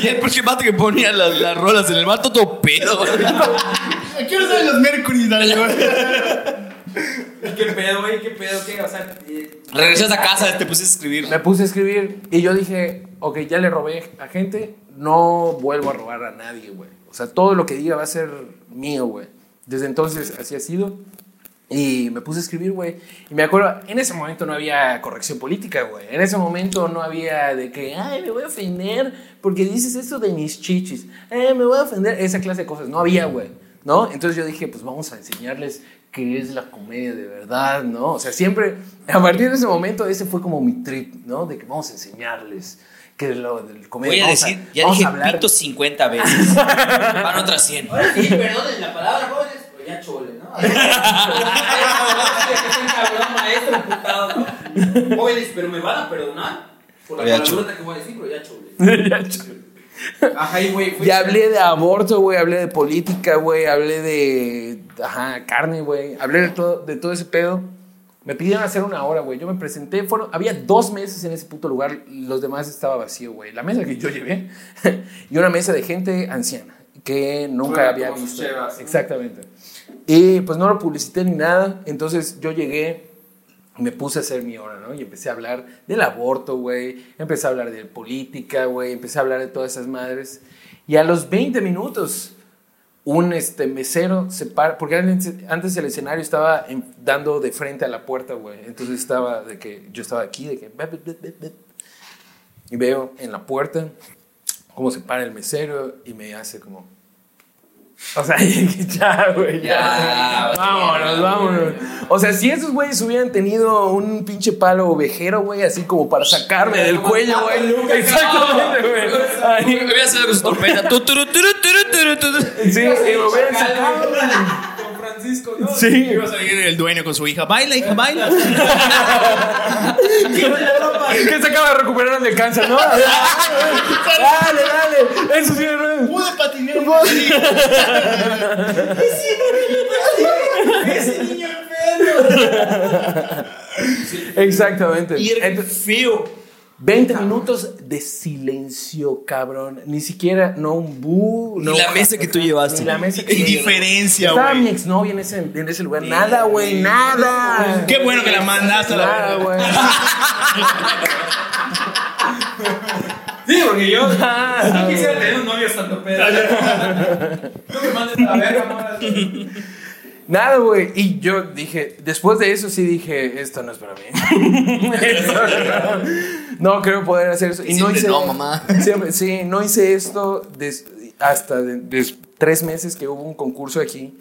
Y el pinche vato que ponía las, las rolas en el vato todo pedo.
Quiero saber los Mercury, dale, güey.
¿Qué pedo, güey? ¿Qué pedo? ¿Qué? O sea, eh,
Regresas a casa, te puse a escribir.
Me puse a escribir y yo dije, ok, ya le robé a gente, no vuelvo a robar a nadie, güey. O sea, todo lo que diga va a ser mío, güey. Desde entonces así ha sido. Y me puse a escribir, güey. Y me acuerdo, en ese momento no había corrección política, güey. En ese momento no había de que, ay, me voy a ofender porque dices esto de mis chichis. Ay, me voy a ofender. Esa clase de cosas. No había, güey. ¿No? Entonces yo dije, pues vamos a enseñarles qué es la comedia de verdad, ¿no? O sea, siempre, a partir de ese momento, ese fue como mi trip, ¿no? De que vamos a enseñarles qué es lo del comedia.
Voy a
Vamos
decir, ya
vamos
dije
a hablar. [laughs]
pito 50 veces. Van otras 100.
ahora sí, perdonen la palabra, jóvenes, pero ya chole, ¿no? Así, Es un cabrón maestro emputado, ¿no? Jóvenes, pero me van a perdonar por la palabrota que voy a decir, pero ya chole. Ajá, y güey, fui-
Ya hablé de aborto, güey, hablé de política, güey, hablé de ajá, carne, güey, hablé de todo, de todo ese pedo. Me pidieron hacer una hora, güey. Yo me presenté, fueron, había dos meses en ese puto lugar, los demás estaba vacío, güey. La mesa que yo llevé [laughs] y una mesa de gente anciana que nunca
Bueno,
había
como
visto.
sus chevas, ¿no?
Exactamente. Y pues no lo publicité ni nada, entonces yo llegué me puse a hacer mi hora, ¿no? Y empecé a hablar del aborto, güey. Empecé a hablar de política, güey. Empecé a hablar de todas esas madres. Y a los 20 minutos, un este, mesero se para. Porque antes antes el escenario estaba en- dando de frente a la puerta, güey. Entonces estaba de que yo estaba aquí, de que. bep, bep, bep, bep, bep. Y veo en la puerta cómo se para el mesero y me hace como. O sea, [laughs] ya, güey, ya.
Ya,
Vámonos, vámonos. O sea, si esos güeyes hubieran tenido un pinche palo ovejero, güey, así como para sacarme del cuello, güey. Exactamente,
[laughs]
güey. Ahí,
Me voy a hacer con su trompeta. Tu, turu, turu, turu, turu, turu.
Sí, y me hubieran sacado.
Con Francisco, ¿no?
Sí.
Iba a salir el dueño con su hija. Baila, hija,
[laughs]
baila.
Que se acaba de recuperar del [laughs] cáncer, ¿no? Dale, dale. Eso sí, no.
Pude patinar.
Ese niño enfermo.
Exactamente.
Y el
Ent-
feo.
20 minutos de silencio, cabrón. Ni siquiera, no un bu, no.
la
un
mesa que tú
jajaja,
llevaste.
Ni la mesa que yo llevé.
Indiferencia,
Estaba mi
güey.
exnovia en ese, en ese lugar. Nada, güey, nada.
Qué bueno que la mandaste a la
Nada,
verga.
güey.
Sí, porque yo.
[laughs]
Nada,
No
güey.
quisiera tener un novio hasta tu pedo. No me mandes a ver, amor.
Nada, güey. Y yo dije, después de eso sí dije, esto no es para mí. [laughs] Esto no, no creo poder hacer eso. Y no
Siempre
hice.
no, mamá.
Siempre- sí, no hice esto des- hasta de- des- tres meses que hubo un concurso aquí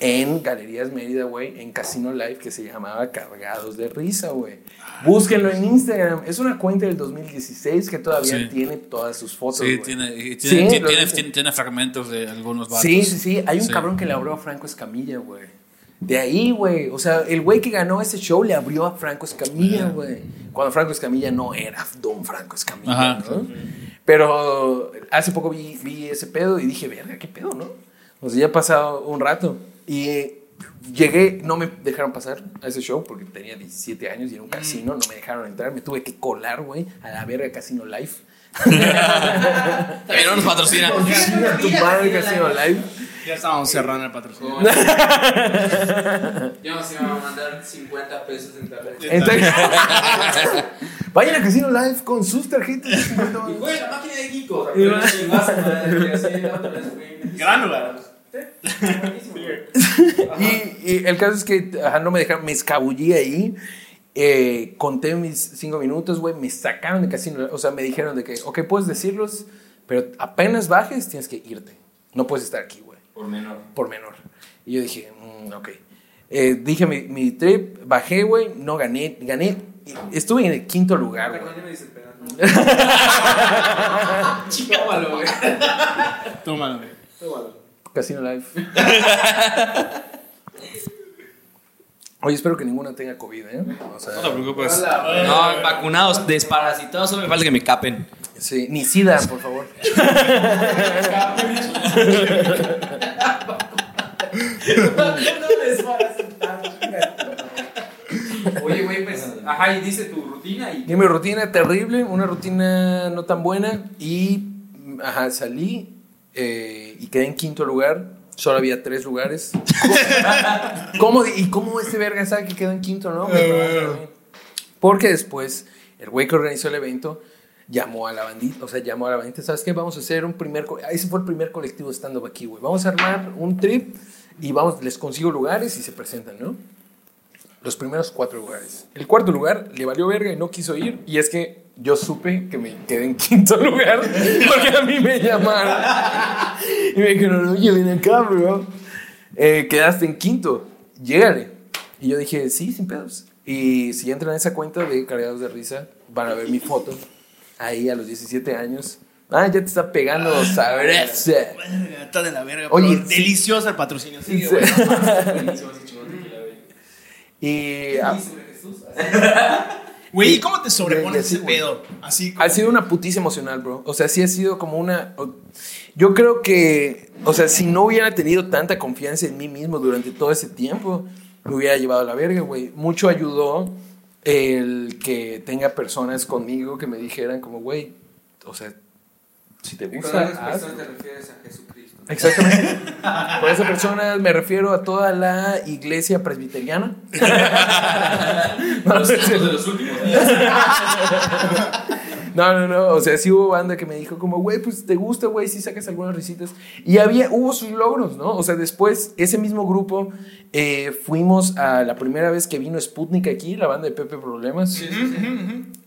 en Galerías Mérida, güey, en Casino Live que se llamaba Cargados de Risa, güey. Búsquenlo en Instagram. Es una cuenta del 2016 que todavía
Sí.
tiene todas sus fotos.
Sí,
güey.
tiene, y tiene,
Sí,
tiene,
lo
tiene-
dice.
tiene- tiene fragmentos de algunos barcos.
Sí, sí, sí. Hay un
Sí.
cabrón que le abrió a Franco Escamilla, güey. De ahí, güey. O sea, el güey que ganó ese show le abrió a Franco Escamilla, güey. Cuando Franco Escamilla no era Don Franco Escamilla,
Ajá.
¿no? Pero hace poco vi, vi ese pedo y dije, verga, qué pedo, ¿no? O sea, ya ha pasado un rato. Y eh, llegué, no me dejaron pasar a ese show porque tenía 17 años y era un casino, no me dejaron entrar. Me tuve que colar, güey, a la verga Casino Life.
También no nos patrocina.
Casino, tu madre, Casino Life.
Ya estábamos cerrando el patrocinio.
Yo no sé, me va a mandar 50 pesos en tarjeta.
Entonces, [laughs] vayan a Casino Live con sus tarjetas. de 50
Y
dólares.
güey, la máquina de Kiko.
Y va-
Gránula.
y, y el caso es que ajá, no me dejaron, me escabullí ahí. eh, conté mis cinco minutos, güey. Me sacaron de Casino Live. O sea, me dijeron de que, ok, puedes decirlos, pero apenas bajes tienes que irte. No puedes estar aquí, güey.
Por menor.
por menor. Y yo dije, mm, ok. Eh, dije mi, mi trip, bajé, güey, no gané, gané. Estuve en el quinto lugar, güey.
Tómalo, güey.
Tómalo, güey.
Casino Life. Oye, espero que ninguno tenga COVID, ¿eh? O sea,
No te
Pues,
preocupes.
No, vacunados, desparasitados, solo me falta que me capen.
sí, ni SIDA, por favor.
Oye, güey, pues. Ajá, y dice tu rutina y.
Y mi rutina terrible, una rutina no tan buena. Y mm, ajá, salí eh, y quedé en quinto lugar. Solo había tres lugares. [laughs] ¿Cómo, di- ¿Y cómo este verga sabe que quedó en quinto, no? Me pregunto a mí. Porque después el güey que organizó el evento llamó a la bandita, o sea, llamó a la bandita, ¿sabes qué? Vamos a hacer un primer, co- ese fue el primer colectivo stand-up aquí, güey. Vamos a armar un trip y vamos, les consigo lugares y se presentan, ¿no? Los primeros cuatro lugares. El cuarto lugar le valió verga y no quiso ir. Y es que yo supe que me quedé en [laughs] quinto lugar porque a mí me llamaron. Y me dijeron, oye, ven acá, bro. Eh, quedaste en quinto. Llégale. Y yo dije, sí, sin pedos. Y si entran a esa cuenta de Cargados de Risa, van a ver mi foto. Ahí a los 17 años. Ah, ya te está pegando, sabroso.
Verga, Está de la verga.
Oye,
pero
sí.
delicioso el patrocinio. Sigue,
Sí.
güey.
[laughs] Y ah,
[laughs] Güey, ¿y cómo te
Ya,
sobrepones
ya sí,
ese
güey.
pedo? Así como-
ha sido una putiza emocional, bro. O sea, sí ha sido como una... o- Yo creo que, o sea, si no hubiera tenido tanta confianza en mí mismo durante todo ese tiempo, me hubiera llevado a la verga, güey. Mucho ayudó el que tenga personas conmigo que me dijeran como, güey, o sea, si te
¿Con
gusta...
cuántas
hazlo".
personas te refieres a Jesucristo?
Exactamente. [laughs] Por esa persona me refiero a toda la iglesia presbiteriana. [laughs] no, sé si- [laughs] no, no, no. O sea, sí hubo banda que me dijo como, güey, pues te gusta, güey, si sacas algunas risitas. Y había, hubo sus logros, ¿no? O sea, después, ese mismo grupo, eh, fuimos a la primera vez que vino Sputnik aquí, la banda de Pepe Problemas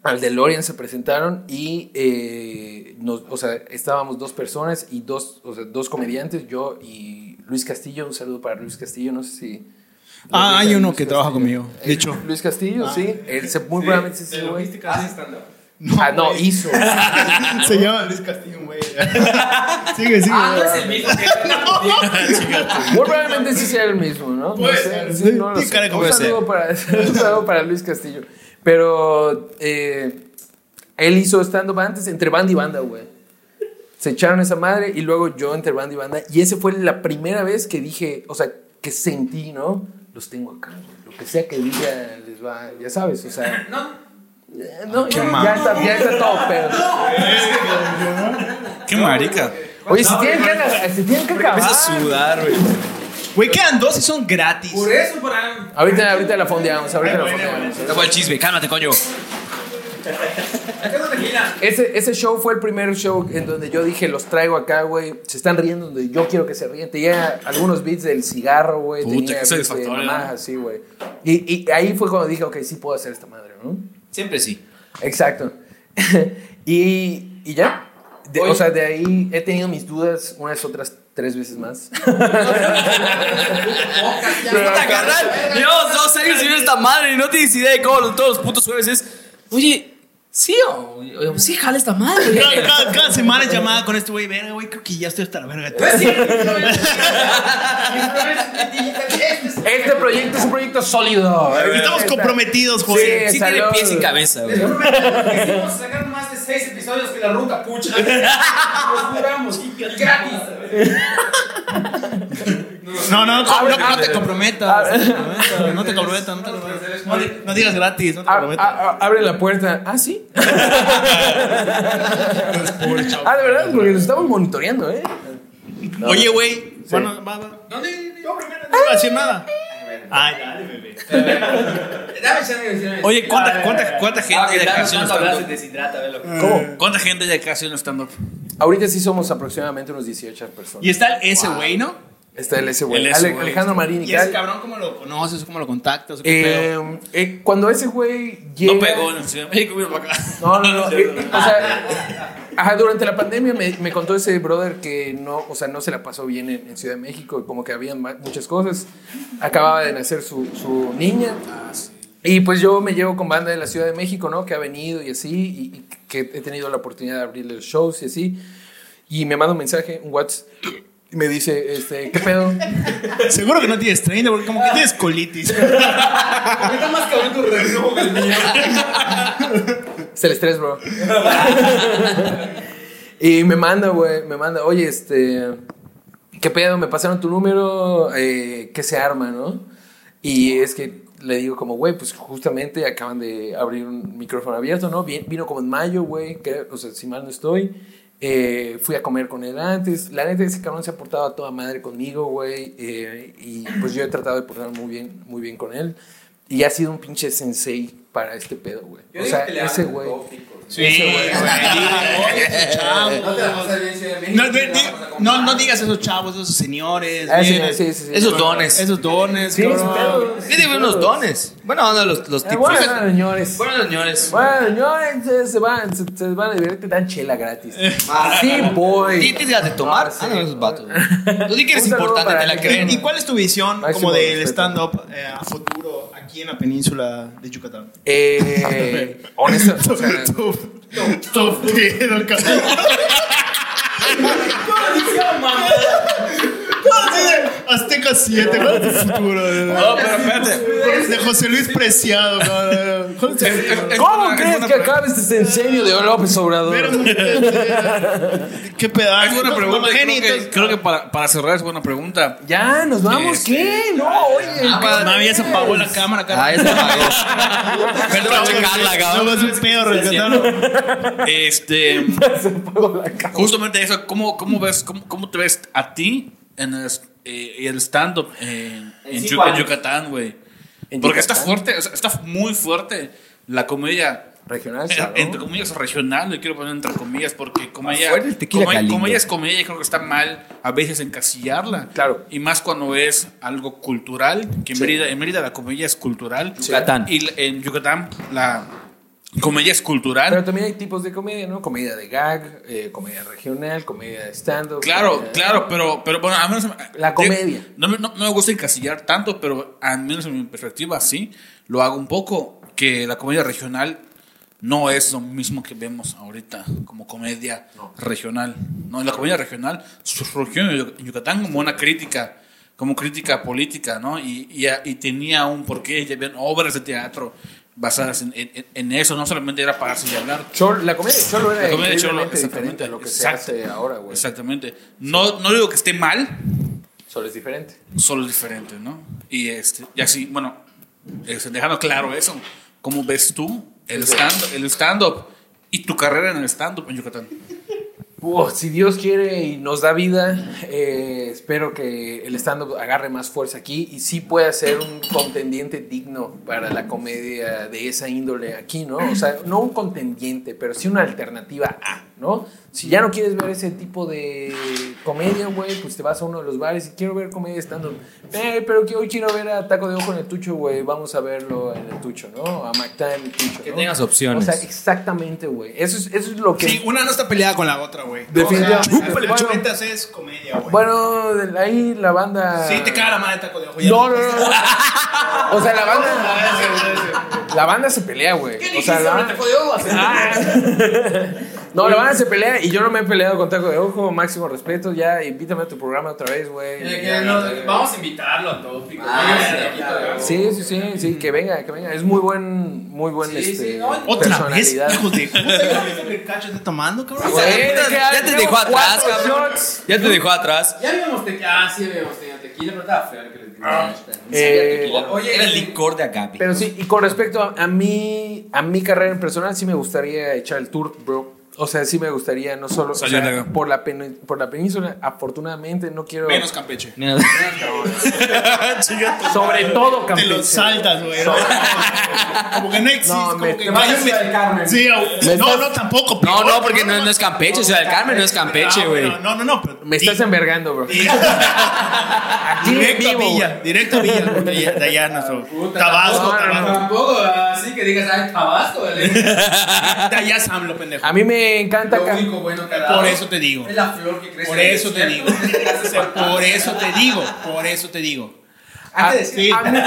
al DeLorean se presentaron y eh, nos, o sea, estábamos dos personas y dos, o sea, dos comediantes, yo y Luis Castillo, un saludo para Luis Castillo, no sé si...
Ah, hay uno
Luis
que trabaja
Castillo.
conmigo, de
Eh,
hecho. Ah.
Luis Castillo, sí, él se, muy probablemente sí, güey. Ah, no,
güey.
hizo.
[laughs] Se llama Luis Castillo, güey. [laughs] sigue, sigue.
Ah, no es el mismo que.
Muy probablemente sí sea el mismo, ¿no? No
Puede
sé,
ser,
sí,
Pues, sí,
no lo
tiene
sé.
cara que
Un
puede ser.
saludo para, [laughs] un saludo para Luis Castillo. Pero eh, él hizo stand-up antes entre banda y banda, güey. Se echaron esa madre y luego yo entre banda y banda. Y esa fue la primera vez que dije, o sea, que sentí, ¿no? Los tengo acá, güey. Lo que sea que diga les va, ya sabes, o sea.
No,
Eh, No, ya, ya está, ya está todo pedo.
[laughs] Qué marica.
Oye, si tienen que, si tienen que acabar.
Empieza a sudar, güey.
Güey, quedan dos y son gratis.
Por eso, para.
Ahorita, ahorita la fondeamos, ahorita la fondeamos.
Acabó el chisme, cálmate, coño.
Acá no tequila.
Ese, ese show fue el primer show en donde yo dije, los traigo acá, güey. Se están riendo donde yo quiero que se ríen. Tenía algunos beats del cigarro, güey.
Puta,
Tenía
qué
beats de
satisfactorio,
mamás
¿no?
así, güey. Y, y ahí fue cuando dije, ok, sí puedo hacer esta madre, ¿no?
Siempre sí.
Exacto. [laughs] y, y ya. De- o sea, de ahí he tenido mis dudas unas otras tres veces
[laughs]
más.
Puta, carnal. Llevamos dos años sin ver esta madre y no tienes idea de cómo los- todos los putos jueves es. Oye, sí, o, o- sí, jala esta madre.
Cada, cada- cada semana es llamada con este güey, verga, güey, creo que ya estoy hasta la verga.
este proyecto es un proyecto sólido.
Estamos
Está-
comprometidos,
Sí,
joder.
Sí tiene
salud.
pies y cabeza, güey.
Hicimos sacar más de seis episodios que la ruta
[laughs]
pucha. Los juramos. Gratis.
No, no, no,
Abre-
no, no te comprometas.
abre-
No te comprometas, no te comprometas. No di- No digas gratis, no te
A-
comprometas.
a- a- abre la puerta. Ah, sí. ah, de verdad, porque nos estamos monitoreando, ¿eh?
Oye, güey. Bueno, va, va.
¿Dónde? Yo primero.
No iba a decir nada. Ay, dale, bebé.
Dame chance, dame chance.
Oye, ¿cuánta, cuánta, cuánta gente hay de creación stand-up?
deshidrata, velo.
¿Cómo?
¿Cuánta gente hay de creación stand-up?
Ahorita sí somos aproximadamente unos 18 personas.
Y está ese güey, ¿no?
Está el ese güey.
El ese
Ale-
güey.
Alejandro Marín y
Y ese
tal.
cabrón, ¿cómo lo conoces? ¿Cómo lo contactas? ¿Qué pedo?
Eh, eh, cuando ese güey llega.
No pegó en Ciudad de México, vino para acá.
No,
[laughs]
no, no. eh, o sea, ajá, durante la pandemia me, me contó ese brother que no, o sea, no se la pasó bien en, en Ciudad de México, como que había ma- muchas cosas. Acababa de nacer su, su niña.
Ah,
Y pues yo me llevo con banda de la Ciudad de México, ¿no? Que ha venido y así, y, y que he tenido la oportunidad de abrirle los shows y así. Y me manda un mensaje, un WhatsApp, y me dice, este, ¿qué pedo?
Seguro que no tienes 30, porque como que tienes colitis.
Está más cabrón tu reloj que el mío.
Es el estrés, bro. y me manda, güey, me manda, oye, este, ¿qué pedo? Me pasaron tu número, eh, ¿qué se arma, no? Y es que le digo como, güey, pues justamente acaban de abrir un micrófono abierto, ¿no? Vi- vino como en mayo, güey, que- o sea, si mal no estoy. Eh, fui a comer con él antes. La neta, ese cabrón se ha portado a toda madre conmigo, güey. eh, y pues yo he tratado de portar muy bien, muy bien con él. Y ha sido un pinche sensei para este pedo, güey.
Yo
O
digo
sea,
que le
ese
hagan
güey.
tópico.
Sí, güey.
No te la pasas bien, Ciudad de México.
No,
te la
di-
vas a
no,
comprar.
no digas esos chavos, esos señores.
Ah, sí,
miren,
sí, sí, sí.
Esos
dones.
Esos dones,
Sí,
cabrón.
sin pedo,
Yo tengo
sin
unos
pedo.
dones. Bueno, onda los, los
Eh,
tipos.
bueno, señores.
Bueno, señores.
Bueno, señores, se- se van, se, se van a divertir, te dan chela gratis.
Eh.
Sí,
¿Qué
voy.
te das de tomar?
Ah, sí.
Ah, no, esos vatos. güey. Tú di que eres
Un saludo
importante,
para
te la
Nick.
creen.
¿Y cuál es tu visión
Máximo
como del
respeto.
stand-up eh, a futuro aquí en la península de Yucatán?
Eh, honesto, o sea,
Azteca 7, ¿cuál es tu futuro?
No, pero espérate.
De José Luis Preciado, cabrón. ¿Cuál es tu futuro?
¿Cómo crees que acabe este enseño de López Obrador?
¿Qué pedazo?
Alguna pregunta, creo
Genio,
que, creo que para, para cerrar es buena pregunta.
Ya, nos vamos, ¿qué? No, oye.
Ah, Mami, ya se apagó la cámara,
Ah,
cara.
esa pagó. Perdón, a checarla,
No
cabrón.
vas un pedo, rescataron.
Este,
apagó la cámara.
justamente eso, ¿cómo, cómo, ves, cómo, cómo te ves a ti en el, eh, el stand-up en, en
cinco
Yuc- en
años.
Yucatán, güey?
¿En
Porque está
Yucatán?
fuerte, o sea, está muy fuerte la comedia.
Regional,
eh,
¿no?
Entre comillas regional, le quiero poner entre comillas porque comedia,
fuerte el tequila
come-
Kalimba.
comedia es comedia y creo que está mal a veces encasillarla.
Claro.
Y más cuando es algo cultural, que en, Mérida, en Mérida la comedia es cultural.
Yucatán.
Y la- en Yucatán la comedia es cultural.
Pero también hay tipos de comedia, ¿no? Comedia de gag, eh, comedia regional, comedia de stand-up.
Claro,
comedia-
claro, pero, pero bueno, a menos.
Eh, La
yo-
comedia.
no, me- no- no me gusta encasillar tanto, pero al menos en mi perspectiva, sí, lo hago un poco. Que la comedia regional no es lo mismo que vemos ahorita como comedia regional. No, la comedia regional surgió en Yuc- en Yucatán como una crítica, como crítica política, ¿no? Y, y, y tenía un porqué, ya habían obras de teatro basadas en, en- en eso, no solamente era pararse y hablar.
Chol- la comedia de Cholo era
La comedia de Cholo,
increíblemente
exactamente,
diferente a lo que
exacto.
se hace ahora, güey.
Exactamente. No, no digo que esté mal,
Solo es diferente.
solo es diferente, ¿no? Y, este, y así, bueno, este, dejando claro eso, ¿cómo ves tú El stand- el stand-up. y tu carrera en el stand-up en Yucatán.
Uf, si Dios quiere y nos da vida, eh, espero que el stand-up agarre más fuerza aquí y sí pueda ser un contendiente digno para la comedia de esa índole aquí, ¿no? O sea, no un contendiente, pero sí una alternativa a, ¿no? Si ya no quieres ver ese tipo de comedia, güey, pues te vas a uno de los bares y quiero ver comedia stand-up. Eh, pero que hoy quiero ver a Taco de Ojo en el Tucho, güey, vamos a verlo en el Tucho, ¿no? A McTime en el Tucho.
Que
¿no?
tengas opciones.
O sea, exactamente, güey. Eso es, eso es lo que...
Sí, una no está peleada con la otra, güey.
Definitivamente.
O sea, Triple
Bueno.
Chuletas es comedia, güey.
Bueno, de- ahí la banda.
Sí, te caga la madre taco de ojo. ya
No,
lo
no, no.
dijiste.
no. O sea, la banda. La banda se pelea, güey. O sea, la banda. Ah. [laughs] No, la banda se pelea y yo no me he peleado con Taco de Ojo. Máximo respeto. Ya invítame a tu programa otra vez, güey. Ya, ya.
vamos a invitarlo a Tópico.
Sí, sí, sí, sí, que venga, que venga. Es muy buen, muy buen
Sí, sí,
este,
no,
Otra vez,
personalidad.
hijo de puta. ¿Qué cacho está tomando, cabrón?
Güey,
Ya te-
deja-
ya te
tengo
dejó atrás,
cuatro
cabrón.
shots.
Ya te dejó atrás.
Ya habíamos tenido. Ah, sí, habíamos tenido tequila, pero estaba feo el que le tenía.
Eh,
Oye, era el licor de agape.
Pero sí, y con respecto a, a mi, a mi carrera en personal, sí me gustaría echar el tour, bro. O sea, sí me gustaría, no solo o
Salir
sea,
de acá.
por, la pen- por la península, afortunadamente no quiero...
Menos Campeche. [laughs]
Mira,
sobre todo,
Te
Campeche.
lo saltas, güey. ¿no? Como que no existe.
No,
como
me-
que
te
vaya-
vas a Ciudad del Carmen.
Sí, o-
Me
no,
estás-
no, tampoco.
No,
pero-
no, porque no, no es Campeche, o sea, el Carmen no es Campeche,
Ah,
güey.
bueno, No, no, no. pero-
Me estás envergando, bro. Aquí en
Directo a
vivo,
Villa, directo a Villa, güey, de allá- de allá nuestro Tabasco,
no, no, no.
Tabasco.
Tampoco así que digas, ah, Tabasco,
[laughs]
¿vale?
De allá Sam lo pendejo.
A mí me encanta...
Lo
Cam-
único bueno que ha dado
Por eso te digo.
es la flor que crece.
Por
en el
eso te digo.
desierto. [laughs]
Por eso te digo, por eso te digo.
A,
Sí.
a mí,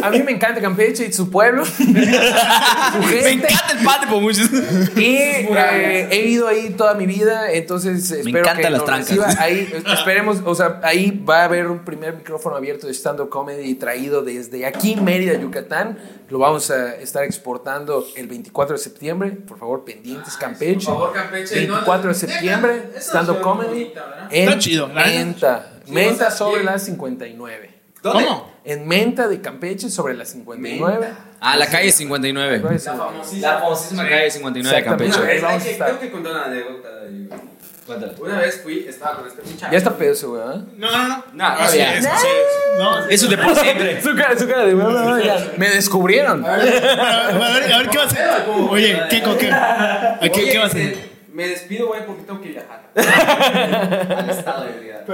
a mí me encanta Campeche y su
[laughs]
pueblo. su
Me
gente.
encanta el padre por muchos.
[laughs]
Y eh, he ido ahí toda mi vida, entonces espero
encantan
que
las
lo
[laughs]
trancas.
reciba. Ahí eh, esperemos, o sea, ahí va a haber un primer micrófono abierto de stand-up comedy traído desde aquí, Mérida, Yucatán. Lo vamos a estar exportando el 24 de septiembre. Por favor, pendientes,
Ah,
Campeche.
Por favor, Campeche. no-
24 de septiembre,
Esa- esa
stand-up
ciudad
comedy.
bonita, ¿verdad?
En
Está chido, la neta.
Menta.
Sí,
Menta
o sea,
sobre
bien.
la 59.
¿Cómo?
En Menta de Campeche sobre la 59.
Ah, la calle 59.
Pues,
La famosísima.
La famosísima calle 59 de
Exactamente.
Una
Campeche.
vez,
Vamos
hay que-
a estar.
tengo que contar una anécdota de ahí, güey. Una vez fui, estaba con este muchacho.
Ya está pedo ese güey, ¿eh?
No, no, no.
No,
Así
todavía.
es, así es. No, así es.
Ah, Eso es de por siempre.
Su cara, su cara de. ya. Me descubrieron.
Bueno, A ver, a ver, ¿qué va a hacer? Oye, ¿qué, con qué? ¿A qué,
Oye,
qué va a hacer?
este, Me despido, güey, porque tengo que viajar.
[laughs]
Al estado de ebriedad.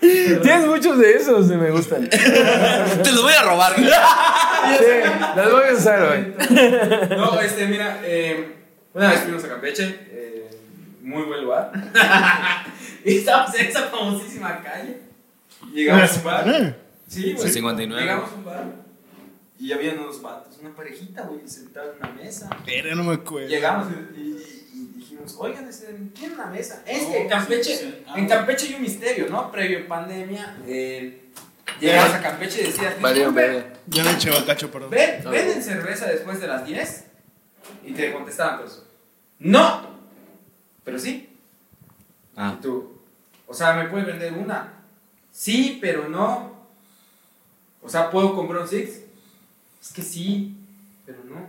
Tienes muchos de esos y me gustan. Sí,
[laughs] Te los voy a robar.
las voy a usar hoy.
No, este, mira, eh, una vez fuimos a Campeche, eh, muy buen lugar. [laughs] y estábamos en esa famosísima calle. Llegamos a un bar.
Eh.
Sí, güey.
Sí, 59.
Llegamos a un bar. Y había unos vatos, una parejita, güey, sentada en una mesa.
Verga, no me acuerdo.
Llegamos y, y- y dijimos, oigan, este, tienen una mesa. Es que en Campeche, en Campeche hay un misterio, ¿no? Previo en pandemia, eh, llegabas a Campeche y "Pues, decías,
Valió,
"Disculpe,
verga.
Yo no eché bacacho, perdón.
Ven, ¿Venden cerveza después de las 10? Y te contestaban, pues, no, pero sí.
Ah.
Y tú, o sea, ¿me puedes vender una? Sí, pero no. O sea, ¿puedo comprar un Six? Es que sí, pero no.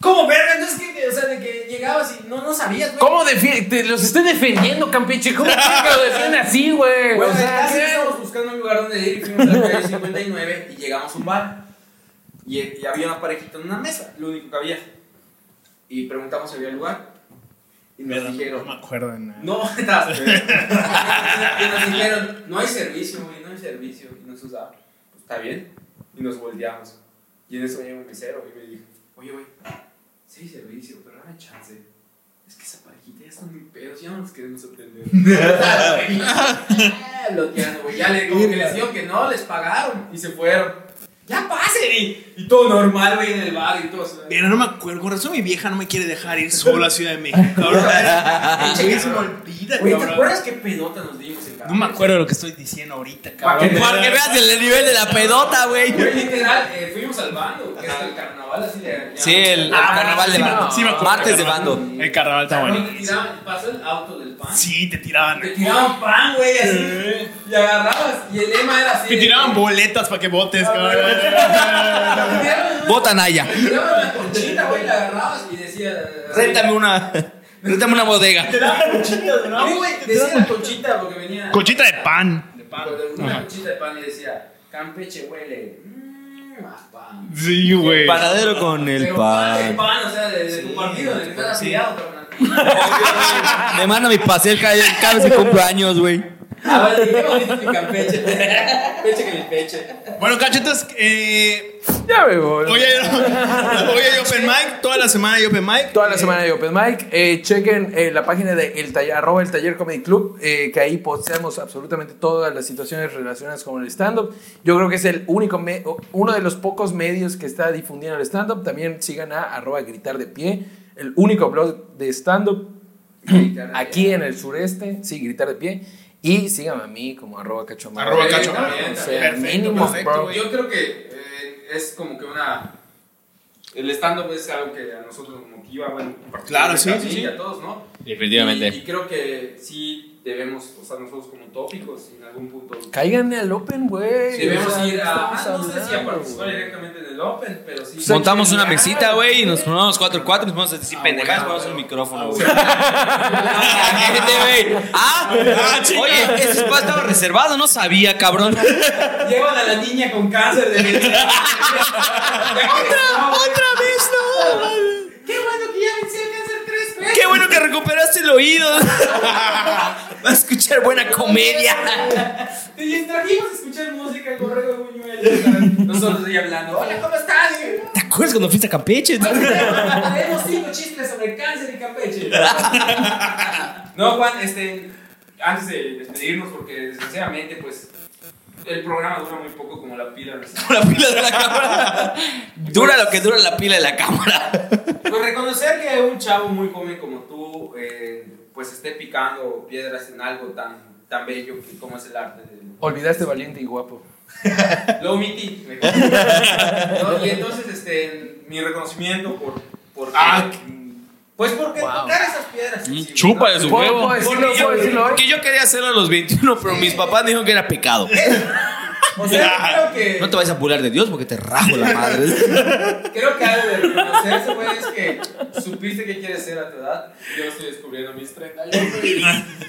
¿Cómo, verga? Entonces, que, o sea, de que llegabas y no, no sabías, güey.
¿Cómo defi- te los estoy defendiendo, Campeche?
[laughs]
¿Cómo quieren que lo defienden así, güey?
Bueno,
O sea,
casi estábamos buscando un lugar donde ir y fuimos a la calle 59 y llegamos a un bar. Y, y había una parejita en una mesa, lo único que había. Y preguntamos si había lugar. Y nos
Verga, No
dijeron,
me acuerdo de nada.
no, estás. y nos dijeron, no hay servicio, güey, no hay servicio. Y nos usaba, pues está bien. Y nos volteamos. Y en eso llega un mesero y me dijo, oye, güey, sí hay servicio, pero dame chance. Es que esa parejita ya están muy pedos, ya no nos queremos atender. Ah, Bloqueando, güey. Ya le, como que les digo que no, les pagaron y se fueron. Ya pasen y, y todo normal, güey, en el bar y todo. o sea,
Mira, no me acuerdo. Con razón mi vieja no me quiere dejar ir sola a Ciudad de México, cabrón. Güey, se me olvida,
Güey, ¿te
cabrón.
acuerdas qué pedota nos dimos en
No me
Campeche?
acuerdo de lo que estoy diciendo ahorita,
Pa'
cabrón.
que-
Para que veas el nivel de la pedota, güey.
Güey, literal, eh, fuimos al bando, que es el carnaval así de.
Sí, el, el
Ah,
carnaval
Ah,
de
sí,
bando.
no, sí me acuerdo.
Martes de bando.
El carnaval está
No, te
buenísimo.
tiraban- pasó el auto del pan.
Sí, te tiraban.
Te tiraban pan, güey, así. Y agarrabas, y el lema era así. Ah,
Te
de-
tiraban boletas para que votes, cabrón.
Vota Naya.
Te tiraban una conchita, güey, la agarrabas y decía.
[laughs]
Réntame una. Réntame una bodega.
Sí, güey, decía la conchita porque venía.
Cochita de pan.
de pan. Una conchita de pan y decía, Campeche huele. Mmm, a pan.
Sí, güey.
Panadero con el
Pero pan, de
pan.
pan, o sea, de, de tu partido, de que estás afiliado, cabrón.
Me manda mi pastel cada, cada vez que cumplo años, güey.
Ah, vale, qué bonito mi Campeche. [laughs] Peche que mi peche.
Bueno, cachetas, eh,
Ya me voy.
hoy, hay, hoy hay Open Mic, toda la semana hay Open Mic.
Toda la semana de Open Mic. Eh, chequen eh, la página de el taller, arroba el taller Comedy Club, eh, que ahí posteamos absolutamente todas las situaciones relacionadas con el stand-up. Yo creo que es el único, me- o- uno de los pocos medios que está difundiendo el stand-up. También sigan a arroba gritar de pie, el único blog
[clears throat]
de stand-up aquí en el sureste. Sí, gritar de pie. Y síganme a mí como arroba cachomar.
Arroba
Sí,
cacho.
también,
O sea,
también.
Perfecto,
mínimo,
perfecto,
bro.
güey.
Yo creo que eh, es como que una. El stand-up es algo que a nosotros nos motiva, bueno, en particular
Claro,
a
sí,
Camille
sí, sí.
y a todos, ¿no? Y, y creo que sí debemos, o sea, nosotros como tópicos, en algún punto.
Cáiganle al Open, güey.
Debemos
O sea,
ir a.
estamos
ah, no sé si a
hablando,
participar
güey.
directamente en el Open, pero sí.
Sí.
Pues, Montamos una mesita, güey, y nos ponemos 4-4 y nos vamos a
Ah,
decir pendejadas,
bueno,
ponemos un
bueno.
micrófono, güey. Ah, gente, güey. Ah, oye, ese espacio estaba reservado, no sabía, cabrón.
Ah, Llevan a la niña con cáncer [laughs]
[laughs]
de ¡Otra!
vez no!
¡Qué bueno que ya vencí el cáncer tres veces!
¡Qué bueno que recuperaste el oído! [laughs] Va a escuchar buena
[laughs]
comedia.
Te distrajimos a escuchar música, el correo de Buñuel. [laughs] Nosotros ahí hablando. Hola, ¿cómo estás? [laughs]
¿Te acuerdas cuando fuiste a Campeche?
Tenemos cinco chistes sobre el cáncer y Campeche. [laughs] No, Juan, este, antes de despedirnos, porque sinceramente, pues, el programa dura muy poco como la pila. Pues,
Con la pila de la cámara. Dura lo que dura la pila de la cámara.
Pues reconocer que un chavo muy joven como tú, eh, pues, esté picando piedras en algo tan, tan bello que- como es el arte del
Olvidaste valiente y guapo.
Lo omití. me confundí. No, y entonces, este, mi reconocimiento por. por
Ah,
pues porque tocar esas piedras. sensibles,
Chupa
¿no?
de su
¿Puedo,
huevo.
puedo decirlo,
Porque yo-
puedo decirlo hoy.
Que yo quería hacerlo a los 21, pero mis papás me dijeron que era pecado.
O sea, creo
No te vayas a burlar de Dios porque te rajo la madre.
que, creo que algo de reconocerse, güey, es que supiste qué quieres ser a tu edad. Yo estoy descubriendo mis 30 años.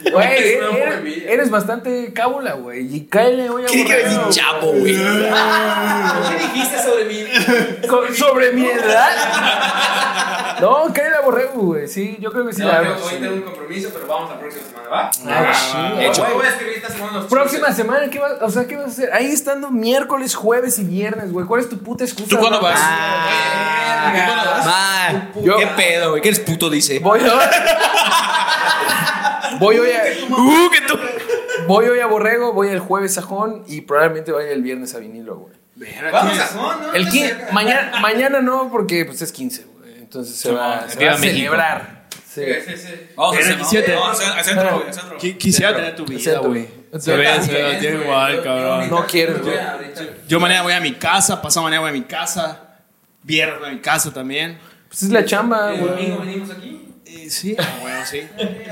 güey.
Güey,
Es una buena
eres,
envidia.
eres bastante cábula, güey. Y cáele hoy a borrar.
Chapo, güey.
[laughs]
¿Qué dijiste sobre mí?
Co- ¿Sobre mi edad? No, cáele a borrego, güey. Sí, yo creo que sí.
No,
la
yo
verdad,
hoy
sí.
tengo un compromiso, pero vamos la próxima semana, ¿va?
Ah,
Ah,
chido.
hecho. Hoy voy a escribir esta semana los
Próxima
chistes.
semana, ¿qué vas, o sea, ¿qué vas a hacer? Ahí estando miércoles, jueves y viernes, güey. ¿Cuál es tu puta excusa?
¿Tú cuándo
mamá?
vas?
Ah,
Ma,
Yo-
¿Qué pedo, güey? ¿Qué eres puto, dice?
Voy hoy. voy, hoy a,
Uh, que tú.
voy hoy a borrego, voy el jueves a Jón y probablemente vaya el viernes a vinilo, güey.
Vamos a no, no,
El
no
15,
cerca.
mañana, mañana no, porque pues es 15, güey. Entonces se va, se va
viva
a
México.
celebrar. Sí. Ah,
Sí, sí, sí.
Vamos a
Pero
hacer, ¿no?
17.
Vamos a hacer- a centro, güey, a centro.
Qui- Quisiera tener tu vida,
Exacto.
güey.
Entonces,
Se ve, se
Bien,
ve, tiene
güey,
igual,
yo-
cabrón.
No quieres,
Voy
güey.
a ahorita.
Yo mañana voy a mi casa, pasado mañana voy a mi casa, viernes voy a mi casa también.
Pues es la chamba,
El domingo
güey.
venimos aquí
Y sí, ah, bueno, sí.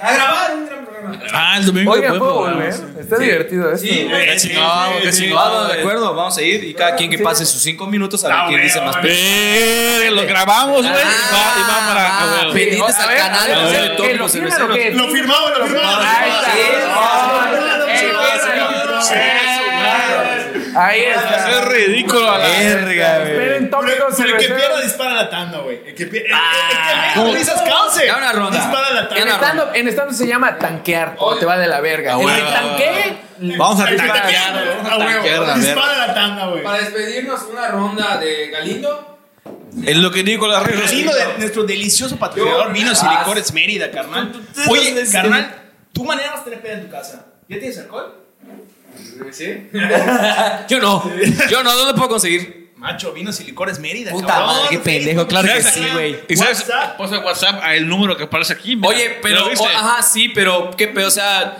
a grabar un gran programa.
Ah, el domingo.
Oiga,
buen
¿puedo
programa,
volver?
sí.
Está divertido esto.
Sí,
güey.
Qué chingado, qué
Ah,
chingado.
de acuerdo, vamos a ir y cada quien que pase sus 5 minutos a ver quién dice más pe-
Verga, Lo grabamos, güey. Y va y va para.
Ah,
ah, güey.
pendientes al
A ver,
canal
a ver,
de
¿qué,
Tópicos
lo firman
Cerveceros.
o qué?
Lo firmamos, lo firmamos.
Ahí está.
Ah,
Ey,
chingado,
güey.
sí,
Ah,
Ahí
Es
está.
ridículo a la verga, güey.
Esperen,
Pero
tópicos
pero el que pierda
cerveceros.
dispara la tanda, güey. El que pierda. El que risas cause.
Ya una ronda.
Dispara la
Ya
En
tanda.
una
stand-up en stand se llama tanquear, o te va de la verga. En
huevo.
el tanque,
Vamos a
El que
atacar.
pierda, a huevo.
Tanquear, a ver.
Dispara la tanda, güey.
Para despedirnos, una ronda de Galindo.
Es lo que digo las reglas.
Vino de nuestro delicioso patrocinador, Vinos y Licores Mérida, carnal. Oye, carnal, tú mañana vas a tener peda en tu casa. ¿Ya tienes alcohol?
¿Sí?
Yo no. Yo no, ¿dónde puedo conseguir?
Macho, Vinos y Licores Mérida,
Puta madre, qué pendejo, claro que sí, güey.
Y sabes,
WhatsApp.
posa WhatsApp al número que aparece aquí. mira.
Oye, pero.
¿Lo viste?
oh, ajá, sí, pero qué pedo, o sea.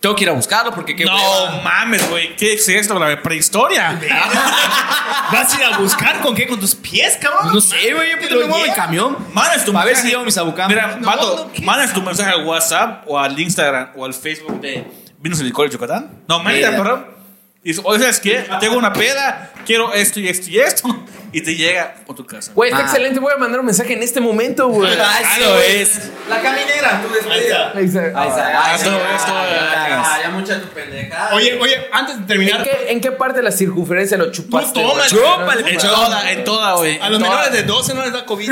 Tengo que ir a buscarlo porque qué hueva.
No mames, güey. ¿Qué es esto? La prehistoria. [laughs]
¿Vas a ir a buscar con qué? ¿Con tus pies, cabrón?
No sé, güey, yo
¿Te
porque
lo
me muevo en
llevas?
camión.
Manas tu
A ver
mensaje.
si llevo mis abucamas.
Mira,
No,
vato,
no, ¿qué?
mandas tu mensaje al WhatsApp o al Instagram o al Facebook de vinos el licor de Yucatán. No, Mérida, perdón. Y dices, oye, ¿sabes qué? Tengo una peda, quiero esto y esto y esto. Y te llega a tu casa.
Güey, está
Ah.
excelente. Voy a mandar un mensaje en este momento, güey.
Ah, Eso es.
La caminera, tú despedida.
Exacto.
Ahí está.
Ah, todo esto,
Ah, ya mucha tu pendejada.
Oye, oye, antes de
¿En
terminar,
qué, en qué parte de la circunferencia lo chupaste?
No, toma,
güey?
chúpale,
En toda, en toda, güey.
a los menores de 12 no les da COVID.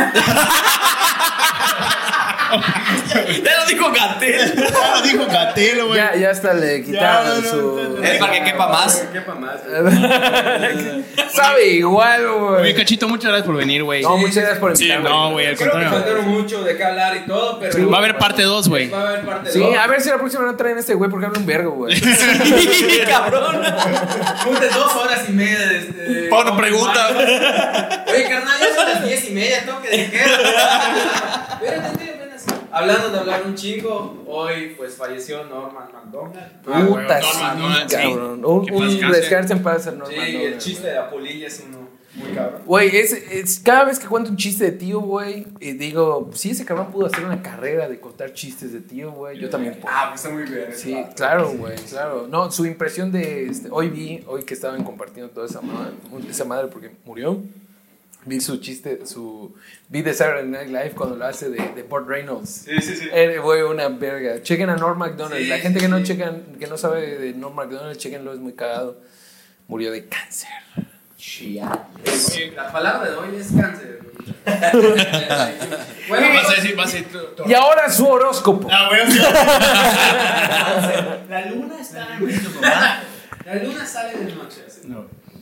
Ya lo dijo Gatel.
Ya lo dijo Gatelo, güey.
Ya, ya hasta le
no,
quitaron
no,
su.
Es para que quepa más.
[laughs] Sabe igual,
Oye,
güey.
Cachito, muchas gracias por venir, güey.
No, muchas gracias por
Sí,
invitarme.
no, güey, al
Creo que
contrario.
faltaron mucho de qué hablar y todo, pero.
Va a haber parte 2, güey.
Va a haber parte
Sí,
dos.
a ver si la próxima no traen a este güey porque habla un vergo, güey.
Sí, cabrón.
Junte dos horas y media de este.
Por pregunta.
Oye, carnal, ya son las diez y media, tengo que dejar. Espérate, tío, apenas. Hablando de hablar un chingo, hoy pues falleció Norman McDonald.
Puta, sí,
Norman, sí.
cabrón. Un,
Que
un
descanse.
descanse en paz, hermano.
Sí, el chiste de la polilla es uno muy cabrón.
Güey, es, es- cada vez que cuento un chiste de tío, güey, eh, digo, sí, ese cabrón pudo hacer una carrera de contar chistes de tío, güey. Yo también puedo.
Ah, pues está muy bien.
Sí, claro, güey, claro. No, su impresión de. este, hoy vi, hoy que estaban compartiendo toda esa madre, esa madre porque murió. Vi su chiste, su. Vi de Saturday Night Live cuando lo hace de, de Burt Reynolds.
Sí, sí, sí.
Eh, güey, una verga. Chequen a Norm MacDonald.
Sí,
La gente que
sí,
no
sí.
checa, que no sabe de Norm MacDonald, chequenlo, es muy cagado. Murió de cáncer. Shia.
Oye, La palabra de hoy es [laughs] cáncer. bueno,
Vas a decir, vas a decir. tú- tú-
Y ahora su horóscopo.
Ah, güey, o sea,
La luna está en La luna sale de noche. así.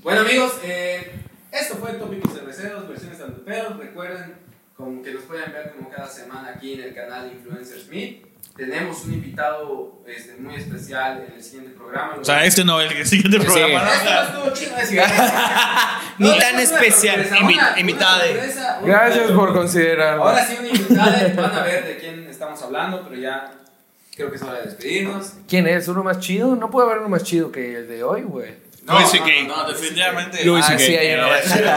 Bueno, amigos, eh, esto fue Tópicos Cerveceros, versiones tanduperos. Recuerden como que nos pueden ver como cada semana aquí en el canal Influencers Me. Tenemos un invitado este, muy especial en el siguiente programa.
O sea, este no, el siguiente programa. ¿no?
Esto no estuvo chido, es que-
[laughs] Ni
No,
tan
no, es una
especial.
sorpresa,
Invi-
una- una
invitada.
sorpresa, una-
Gracias por considerarme.
Ahora sí, una invitada. Van a ver de quién estamos hablando, pero ya creo que es hora de despedirnos.
¿Quién es? ¿Uno más chido? No puede haber uno más chido que el de hoy, güey.
No,
Luis
no,
C.K.
no, no,
definitivamente.
Luis
Ah,
C.K.
sí, hay uno más chido.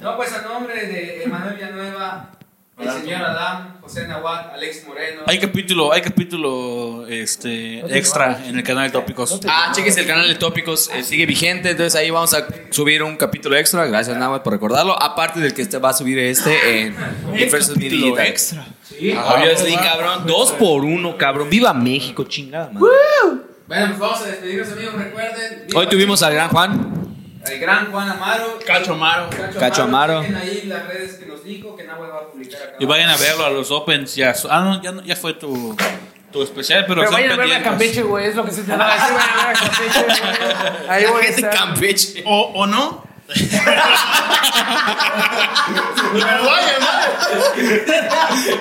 No, pues a nombre de Emanuel Villanueva, el señor Adam, José Nahuatl, Alex Moreno.
Hay capítulo, hay capítulo este,
No te
extra
vayas.
en el canal de Tópicos.
No te
Ah, cheques el canal de Tópicos, eh, sigue vigente, entonces ahí vamos a subir un capítulo extra, gracias nada más por recordarlo, aparte del que este va a subir este en Universos Media
capítulo
Digital.
extra.
Sí.
Obviously, cabrón, dos por uno, cabrón, viva México, chingada madre.
Bueno, pues vamos a despedirnos, amigos. Recuerden.
Hoy tuvimos al gran Juan,
al gran Juan Amaro.
Cacho Amaro.
Cacho Amaro.
Chequen ahí las redes que nos dijo que Nahuatl va a publicar acá.
Y vayan a verlo a los Opens. Ya, su- ah, no, ya, no- ya fue tu, tu especial, pero,
Pero
estén
vayan a verme a
pendientes.
Campeche, güey. Es lo que se te va a decir. Vayan a ver a Campeche, güey. [laughs] Ahí voy a
gente de
estar.
Campeche.
O, o
[laughs]
no. Pero vaya, madre.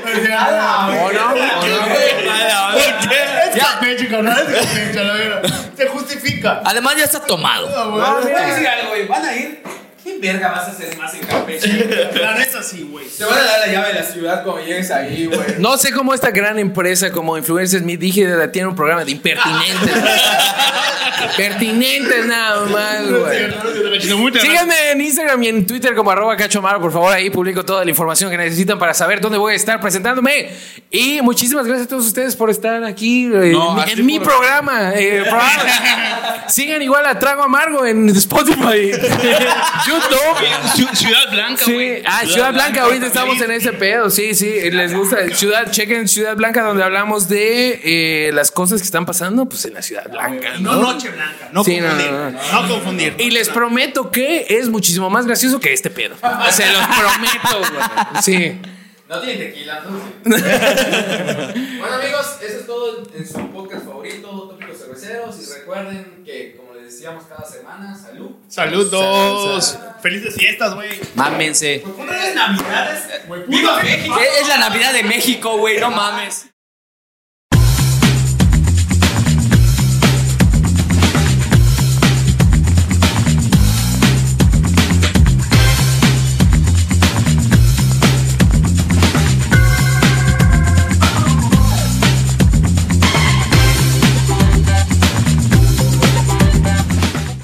¿O no? ¿O no?
Es Campeche, carnal, es Campeche, a la verga. Se justifica.
Además ya está tomado.
Ah, güey.
Te voy a decir algo, güey. Van a ir. ¿Qué verga vas a hacer más en [laughs] Campeche?
La neta sí, güey.
Te van a dar la llave de la ciudad cuando llegues ahí, güey.
No sé cómo esta gran empresa como Influencers Me dije tiene un programa de impertinentes. Pertinentes nada más, güey.
Muchas gracias.
Síganme en Instagram y en Twitter como arroba cachomaro, por favor. Ahí publico toda la información que necesitan para saber dónde voy a estar presentándome. Y muchísimas gracias a todos ustedes por estar aquí eh,
No,
en,
así
en mi
por-
programa.
[laughs]
eh, programa. Sigan igual a Trago Amargo en Spotify, YouTube.
Ciu- Ciudad Blanca,
Sí,
güey.
ah, Ciudad, Blanca, ahorita estamos en ese pedo, sí, sí, les gusta Ciudad, chequen Ciudad Blanca donde hablamos de eh, las cosas que están pasando, pues en la Ciudad Blanca, ¿no?
No Noche Blanca. No
Sí, no,
confundir.
no,
No,
no.
confundir.
Y les prometo que es muchísimo más gracioso que este pedo. Se los prometo, güey. Sí.
No tiene tequila, no bueno, amigos, eso es todo en su podcast favorito, Tópicos Cerveceros. Y recuerden que, como les decíamos cada semana, salud.
Saludos. Felices fiestas, güey.
Mámense.
Pues, ¿cómo no es Navidades? ¡Viva México!
Es, es la Navidad de México, güey, no mames.